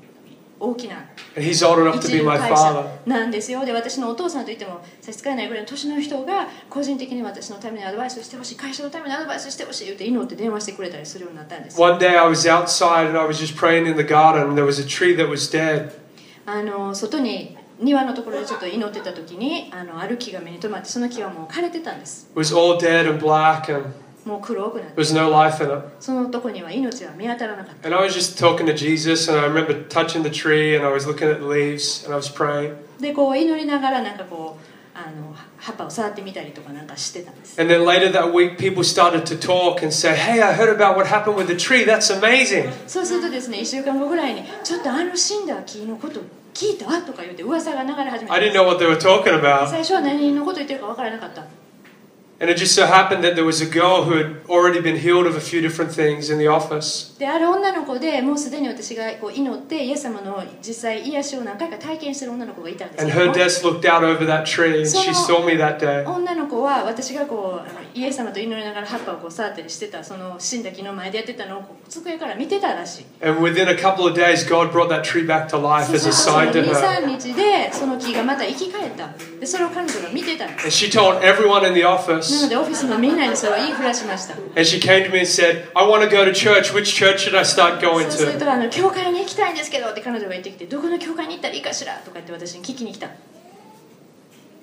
Speaker 2: 大きな
Speaker 1: And he's old enough to
Speaker 2: 一
Speaker 1: be
Speaker 2: 流
Speaker 1: my
Speaker 2: 会社
Speaker 1: father.
Speaker 2: なんですよで私のお父さんといっても差し支えないぐらいの年の人が個人的に私のためにアドバイスしてほしい会社のためにアドバイスしてほしい言って祈って電話してくれたりするようになったんですよ
Speaker 1: One day I was outside and I was just praying in the garden, and there was a tree that was dead.
Speaker 2: あの外に庭のところでちょっと祈ってた時にあのある木が目に留まってその木はもう枯れてたんです
Speaker 1: It was all dead and black, and there
Speaker 2: もう黒くなって
Speaker 1: was no life in it.
Speaker 2: そのとこには命は見当たらなかった
Speaker 1: And I was just talking to Jesus, and I remember touching the tree, and I was looking at the leaves, and I was praying.
Speaker 2: でこう祈りながらなんかこうあの葉っぱを触ってみたりとかなんかしてたんです
Speaker 1: And then later that week, people started to talk and say, Hey, I heard about what happened with the tree. That's amazing.
Speaker 2: そうするとですね1週間後ぐらいに「ちょっとあの死んだ木のこと聞いた?」とか言って噂が流れ始
Speaker 1: I
Speaker 2: め
Speaker 1: didn't
Speaker 2: て
Speaker 1: know what they were talking about.
Speaker 2: 最初は何のこと言ってるか分からなかった
Speaker 1: And it just so happened that there was a girl who had already been healed of a few different things in the office.
Speaker 2: である女の子でもうすでに私がこう祈ってイエス様の実際癒しを何回か体験してる女の子がいたんです
Speaker 1: And
Speaker 2: け
Speaker 1: her
Speaker 2: ど
Speaker 1: desk looked out over that tree, and she saw me that day.
Speaker 2: 女の子は私がこうあのイエス様と祈りながら葉っぱをこう触ったりしてたその死んだ木の前でやってたのをこう机から見てたらしい
Speaker 1: And within a couple of days, God brought that tree back to
Speaker 2: そ
Speaker 1: life
Speaker 2: う
Speaker 1: as
Speaker 2: す
Speaker 1: a
Speaker 2: る
Speaker 1: sign to
Speaker 2: とその
Speaker 1: her.
Speaker 2: 23日でその木がまた生き返ったでそれを彼女が見てたんです
Speaker 1: And she told everyone in the
Speaker 2: なの
Speaker 1: office.
Speaker 2: でオフィスのみんなにそれを言いふらしました
Speaker 1: And she came to me and said, I want to go to church. Which church should I start
Speaker 2: そ
Speaker 1: going
Speaker 2: うする
Speaker 1: to?
Speaker 2: とあの教会に行きたいんですけどって彼女が言ってきてどこの教会に行ったらいいかしらとか言って私に聞きに来た、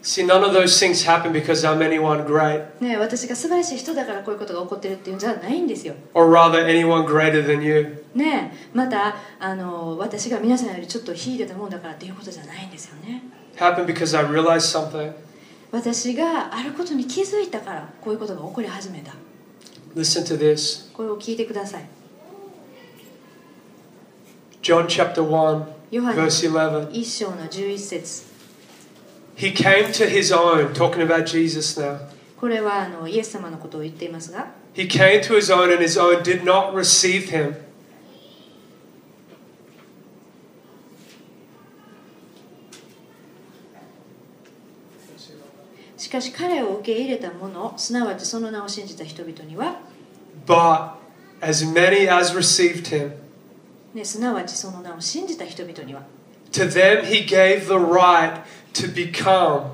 Speaker 1: See, none of those things happen because I'm anyone great,
Speaker 2: ね、私が素晴らしい人だからこういうことが起こってるっていうんじゃないんですよ
Speaker 1: or rather, anyone greater than you.
Speaker 2: ねえまたあの私が皆さんよりちょっと秀でたもんだからっていうことじゃないんですよね
Speaker 1: It happened because I realized something.
Speaker 2: 私があることに気づいたからこういうことが起こり始めた
Speaker 1: Listen to this
Speaker 2: これを聞いてください
Speaker 1: John chapter 1,
Speaker 2: ヨハネ
Speaker 1: verse 11.
Speaker 2: 1章の11節
Speaker 1: He came to his own, talking about Jesus now.
Speaker 2: これはあのイエス様のことを言っていますが
Speaker 1: He came to his own, and his own did not receive him.
Speaker 2: しかし彼を受け入れた者すなわちその名を信じた人々には、
Speaker 1: But as many as received him,
Speaker 2: ね、すなわちその名を信じた人々には
Speaker 1: to them he gave the right to become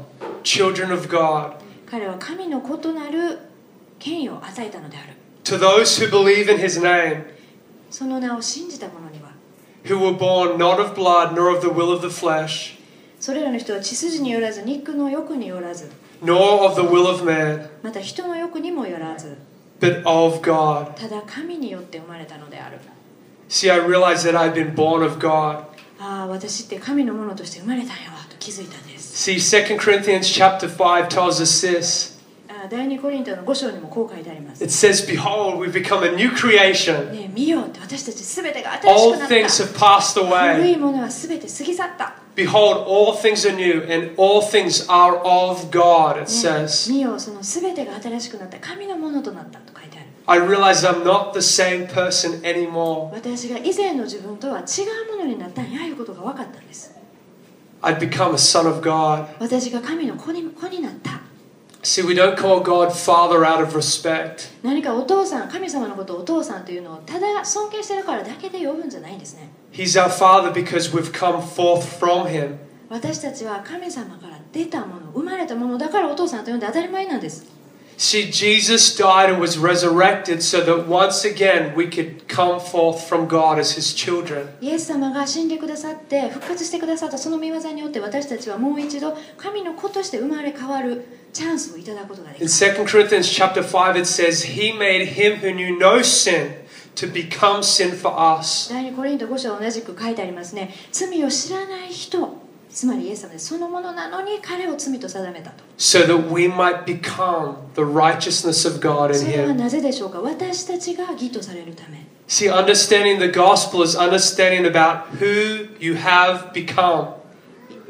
Speaker 1: children of God.
Speaker 2: 彼は神の異なる権威を与えたのである
Speaker 1: To those who believe in his name,
Speaker 2: その名を信じた者には
Speaker 1: who were born not of blood, nor of the will of the flesh,
Speaker 2: それらの人は血筋によらず肉の欲によらず
Speaker 1: nor of the will of man,
Speaker 2: また人の欲にもよらず
Speaker 1: but of God.
Speaker 2: ただ神によって生まれたのである
Speaker 1: See, I realized that I'd been born of God.
Speaker 2: ああ私って神のものとして生まれたんやわと気づいたんです
Speaker 1: See, 2 Corinthians chapter 5 tells us this.
Speaker 2: ああ第二コリントの5章にもこう書いてあります。
Speaker 1: It says, Behold, we've become a new creation.
Speaker 2: ねえ、見よって私たちすべてが新し
Speaker 1: All
Speaker 2: くなっ
Speaker 1: things
Speaker 2: た。
Speaker 1: have passed
Speaker 2: 古
Speaker 1: away.
Speaker 2: いものはすべて過ぎ去った。
Speaker 1: Behold, all things are new, and all things are of God, it
Speaker 2: ね
Speaker 1: says.
Speaker 2: 見よそのすべてが新しくなった神のものとなったと書いてある。
Speaker 1: I realize I'm not the same person anymore.
Speaker 2: 私が以前の自分とは違うものになったんやいうことが分かったんです。
Speaker 1: I'd become a son of God.
Speaker 2: 私が神の子に子になった。
Speaker 1: See, we don't call God Father out of respect.
Speaker 2: 何かお父さん、神様のことをお父さんというのをただ尊敬してるからだけで呼ぶんじゃないんですね。
Speaker 1: He's our Father because we've come forth from Him.
Speaker 2: 私たちは神様から出たもの、生まれたものだからお父さんと呼んで当たり前なんです。
Speaker 1: See, Jesus died and was resurrected so that once again we could come forth from God as His children.
Speaker 2: イエス様が死んでくださって復活してくださったその御業によって私たちはもう一度神の子として生まれ変わるチャンスをいただくことができ
Speaker 1: In
Speaker 2: る
Speaker 1: 2 Corinthians chapter 5 it says, He made him who knew no sin to become sin for us.
Speaker 2: 第2コリント5章は同じく書いてありますね罪を知らない人つまりイエス様ですそのものなのに彼を罪と定めたと
Speaker 1: So that we might become the righteousness of God in
Speaker 2: それ
Speaker 1: him.
Speaker 2: はなぜでしょうか私たちが義とされるため
Speaker 1: See, understanding the gospel is understanding about who you have become.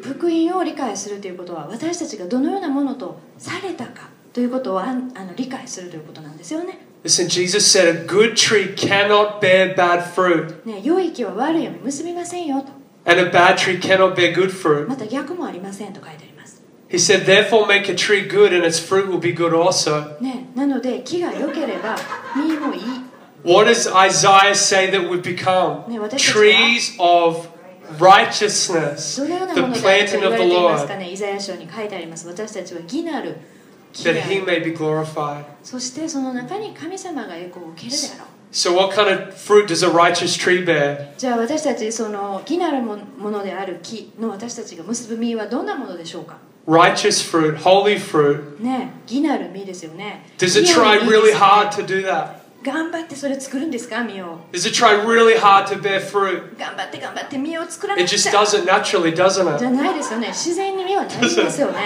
Speaker 2: 福音を理解するということは私たちがどのようなものとされたかということをあんあの理解するということなんですよね
Speaker 1: Listen, Jesus said, A good tree cannot bear bad fruit,
Speaker 2: ね良い木は悪いように結びませんよと
Speaker 1: and a bad tree cannot bear good fruit.
Speaker 2: また逆もありませんと書いてあります
Speaker 1: He said, Therefore, make a tree good, and its fruit will be good also.
Speaker 2: ね、なので木が良ければ実もいい、
Speaker 1: What does Isaiah say that we've become?
Speaker 2: ね、私たちは
Speaker 1: trees of righteousness,
Speaker 2: どのような
Speaker 1: the
Speaker 2: ものであると
Speaker 1: planting
Speaker 2: 言わ
Speaker 1: of the Lord,
Speaker 2: れていますかねイザヤ書に書いてあります私たちは義なる木
Speaker 1: that
Speaker 2: であ
Speaker 1: He
Speaker 2: る
Speaker 1: may be glorified.
Speaker 2: そしてその中に神様が栄光を受けるであろう
Speaker 1: So, what kind of fruit does a righteous tree bear?
Speaker 2: じゃあ私たちその義なるもものである木の私たちが結ぶ実はどんなものでしょうか
Speaker 1: Righteous fruit, holy fruit.
Speaker 2: ね義なる実ですよね
Speaker 1: Does it
Speaker 2: 義な
Speaker 1: try
Speaker 2: る実です
Speaker 1: really
Speaker 2: ね
Speaker 1: hard to do that?
Speaker 2: 頑張ってそれ作るんですか実を
Speaker 1: Does it try really hard to bear fruit?
Speaker 2: 頑張って頑張って実を作らな
Speaker 1: It
Speaker 2: くち
Speaker 1: just
Speaker 2: ゃ
Speaker 1: doesn't naturally,
Speaker 2: じ
Speaker 1: doesn't it?
Speaker 2: ゃないですよね自然に実はなりますよね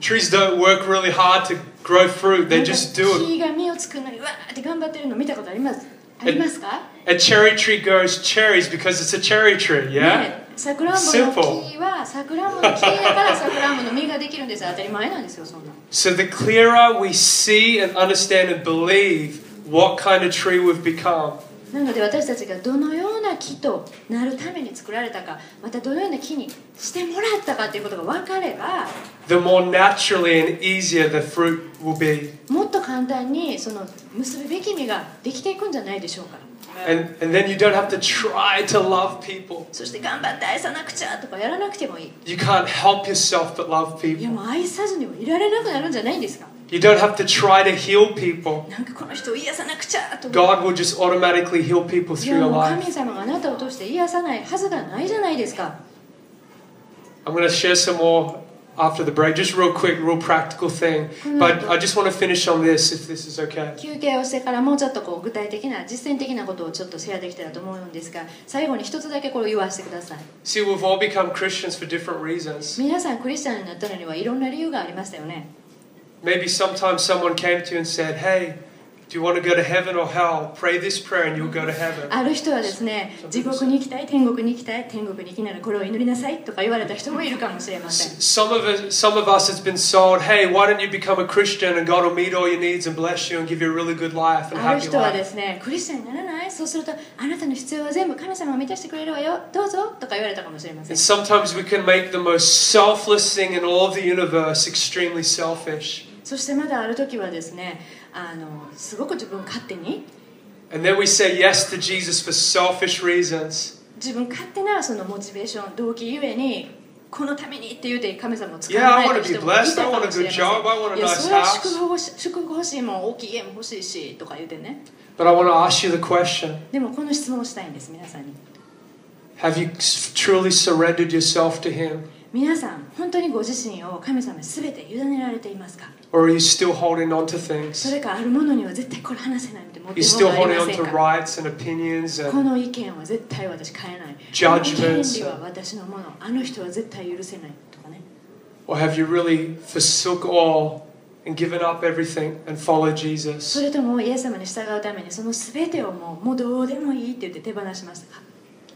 Speaker 1: Trees don't work really hard to grow fruit,
Speaker 2: な
Speaker 1: they
Speaker 2: んか
Speaker 1: just do it.
Speaker 2: 木が実を作るのにわーって頑張ってるの見たことありますありますか
Speaker 1: A cherry tree grows cherries because it's a cherry tree, yeah?
Speaker 2: ねさくらんぼの木はさくらんぼの木だからさくらんぼの実ができるんです当たり前なんですよそんな
Speaker 1: So the clearer we see and understand and believe what kind of tree we've become,
Speaker 2: なので私たちがどのような木となるために作られたかまたどのような木にしてもらったかということが分かれば
Speaker 1: the more naturally and easier the fruit will be.
Speaker 2: もっと簡単にその結ぶべき実ができていくんじゃないでしょうか
Speaker 1: And, and then you don't have to try to love people.
Speaker 2: そして頑張って愛さなくちゃとかやらなくてもいい
Speaker 1: You can't help yourself but love
Speaker 2: いや
Speaker 1: people.
Speaker 2: もう愛さずにはいられなくなるんじゃないんですか
Speaker 1: You don't have to try to heal people.
Speaker 2: なんかこの人を癒さなくちゃと思って
Speaker 1: God will just automatically heal people
Speaker 2: い
Speaker 1: through
Speaker 2: や
Speaker 1: your
Speaker 2: もう神
Speaker 1: life.
Speaker 2: 様があなたを通して癒さないはずがないじゃないですか
Speaker 1: I'm going to share some more after the break. Just real quick, real practical thing. But I just want to finish on this, if this is okay.
Speaker 2: 休憩をしてからもうちょっとこう具体的な実践的なことをちょっとシェアできたらと思うんですが最後に一つだけこれを言わせてください
Speaker 1: See, we've all become Christians for different reasons.
Speaker 2: 皆さんクリスチャンになったのにはいろんな理由がありましたよね
Speaker 1: Maybe sometimes someone came to you and said, Hey, do you want to go to heaven or hell? Pray this prayer and you'll go to heaven.
Speaker 2: ある人はですね地獄に行きたい天国に行きたい天国に行きならこれを祈りなさいとか言われた人もいるかもしれません
Speaker 1: S- Some of us, some of us, it's been sold, Hey, why don't you become a Christian and God will meet all your needs and bless you and give you a really good life and a
Speaker 2: ある
Speaker 1: happy
Speaker 2: 人は
Speaker 1: life.
Speaker 2: ですねクリスチャンにならないそうするとあなたの必要は全部神様が満たしてくれるわよどうぞとか言われたかもしれません
Speaker 1: And sometimes we can make the most selfless thing in all of the universe extremely selfish.
Speaker 2: そしてまだある時はですねあのすごく自分勝手に
Speaker 1: And then we say yes to Jesus for selfish reasons.
Speaker 2: 自分勝手なそのモチベーション動機ゆえにこのためにって言うて神様を使
Speaker 1: Yeah,
Speaker 2: わ
Speaker 1: I
Speaker 2: ない
Speaker 1: want
Speaker 2: と
Speaker 1: to be
Speaker 2: 人もい
Speaker 1: blessed.
Speaker 2: た
Speaker 1: I
Speaker 2: か
Speaker 1: want a
Speaker 2: も
Speaker 1: good
Speaker 2: しれません
Speaker 1: job. I want
Speaker 2: い
Speaker 1: a
Speaker 2: や
Speaker 1: nice
Speaker 2: それは
Speaker 1: house.
Speaker 2: 祝福欲し祝福欲しいもん大きい家も欲しいしとか言うてね
Speaker 1: But I want to ask you the question.
Speaker 2: でもこの質問をしたいんです皆さんに
Speaker 1: Have you s- truly surrendered yourself to Him?
Speaker 2: 皆さん本当にご自身を神様に全て委ねられていますか
Speaker 1: Or are you still holding on to
Speaker 2: そ
Speaker 1: things?
Speaker 2: れかあるものには絶対これ話せないみたいな持っ
Speaker 1: You're
Speaker 2: てる
Speaker 1: still
Speaker 2: ものが
Speaker 1: holding
Speaker 2: あ
Speaker 1: on
Speaker 2: りませ
Speaker 1: to
Speaker 2: んか
Speaker 1: rights and opinions
Speaker 2: こ
Speaker 1: and
Speaker 2: の意見は絶対私変えないこの
Speaker 1: Judgments
Speaker 2: 権利は私のものあの人は絶対許せないとかね
Speaker 1: or have you really forsook all and and given up everything and follow
Speaker 2: そ
Speaker 1: Jesus.
Speaker 2: れともイエス様に従うためにその全てをもうもうどうでもいいって言って手放しましたか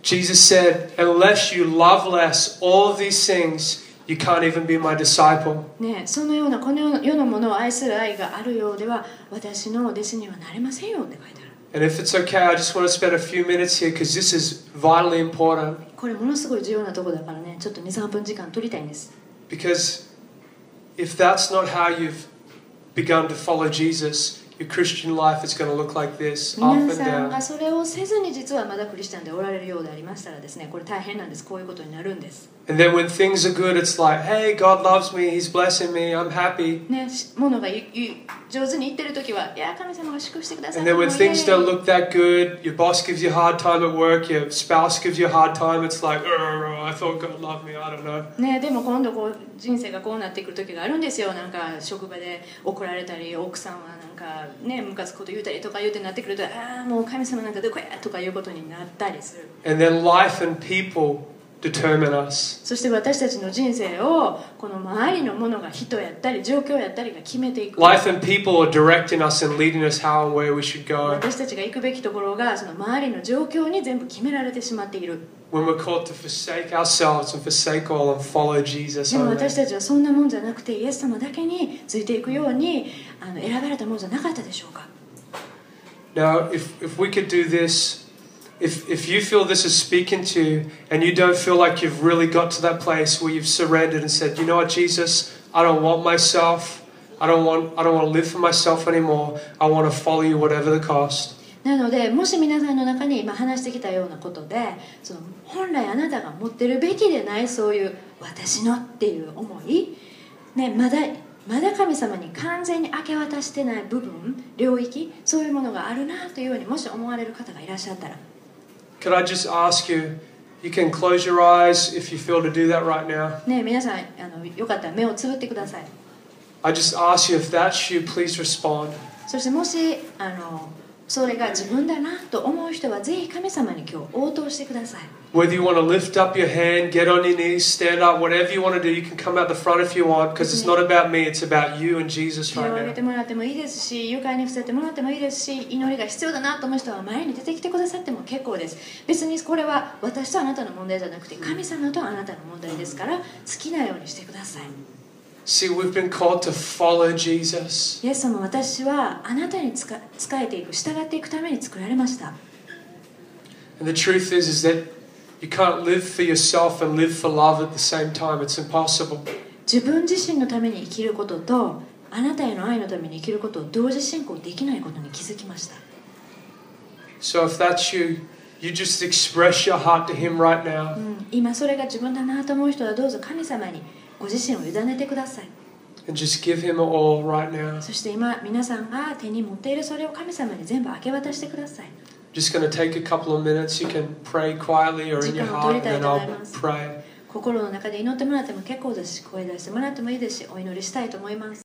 Speaker 1: Jesus said, Unless you love less all of these things, you can't even be my disciple.
Speaker 2: ねえそのようなこの世の世のものを愛する愛があるようでは私の弟子にはなれませんよって書いてあ
Speaker 1: And
Speaker 2: る
Speaker 1: if it's okay, I just want to spend a few minutes here because this is vitally important.
Speaker 2: これものすごい重要なとこだからねちょっと23分時間取りたいんです
Speaker 1: Because if that's not how you've begun to follow Jesus, your Christian life is going to look like this up
Speaker 2: 皆
Speaker 1: and
Speaker 2: さんが
Speaker 1: down.
Speaker 2: それをせずに実はまだクリスチャンでおられるようでありましたらですねこれ大変なんですこういうことになるんです
Speaker 1: And then when things are good, it's like, hey, God loves me, He's blessing me, I'm happy.
Speaker 2: ねし物がいい上手にいってる時はいや神様が祝福してください
Speaker 1: And then when
Speaker 2: もうイエーイ
Speaker 1: things don't look that good, your boss gives you a hard time at work, your spouse gives you a hard time, it's like, "Urgh, I thought God loved me, I don't know.
Speaker 2: ね、でも今度こう人生がこうなってくる時があるんですよなんか職場で怒られたり奥さんはなんかねムカつくこと言うたりとか言うてなってくるとああもう神様なんかどこやとかいうことになったりする
Speaker 1: And then life and people determine us.
Speaker 2: そして私たちの人生をこの周りのものが人やったり状況やったりが決めていく
Speaker 1: Life and people are directing us and leading us how and where we should go.
Speaker 2: 私たちが行くべきところがその周りの状況に全部決められてしまっている
Speaker 1: when we're called to forsake ourselves and forsake all and follow Jesus
Speaker 2: でも私
Speaker 1: only.
Speaker 2: たちはそんなもんじゃなくてイエス様だけについていくようにあの選ばれたもんじゃなかったでしょうか
Speaker 1: Now, if, if we could do this, if, if you feel this is speaking to you and you don't feel like you've really got to that place where you've surrendered and said, you know what, Jesus, I don't want myself. I don't want, I don't want to live for myself anymore. I want to follow you whatever the cost.
Speaker 2: なのでもし皆さんの中に今話してきたようなことでその本来あなたが持ってるべきでないそういう私のっていう思い、ね、まだまだ神様に完全に明け渡してない部分領域そういうものがあるなというようにもし思われる方がいらっしゃったら
Speaker 1: Could I just ask you, you can close your eyes if you feel to do that right now.
Speaker 2: ね皆さんあのよかったら目をつぶってください
Speaker 1: I just ask you if that's you, please respond.
Speaker 2: そしてもしあのそれが自分だなと思う人はぜひ神様に今日応答してください
Speaker 1: Whether you want to lift up your hand, get on your knees, stand up, whatever you want to do, you can come out the front if you want because it's not about me, it's about you and Jesus
Speaker 2: 手を挙げ
Speaker 1: right
Speaker 2: て
Speaker 1: now.
Speaker 2: もらってもいいですし誘拐に伏せてもらってもいいですし祈りが必要だなと思う人は前に出てきてくださっても結構です別にこれは私とあなたの問題じゃなくて神様とあなたの問題ですから好きなようにしてください
Speaker 1: See, we've been called to follow Jesus.
Speaker 2: イエス様私はあなたに仕えていく従っていくために作られました
Speaker 1: And the truth is is that you can't live for yourself and live for love at the same time. It's impossible.
Speaker 2: 自分自身のために生きることとあなたへの愛のために生きることを同時進行できないことに気づきました
Speaker 1: So if that's you, you just express your heart to him right now.
Speaker 2: うん今それが自分だなと思う人はどうぞ神様にご自身を委ねてください
Speaker 1: And just give him all right now.
Speaker 2: そして今皆さんが手に持っているそれを神様に全部明け渡してください
Speaker 1: Just gonna take a couple of minutes. You can pray quietly or in your heart and then I'll pray.
Speaker 2: 心の中で祈ってもらっても結構ですし声出してもらってもいいですしお祈りしたいと思います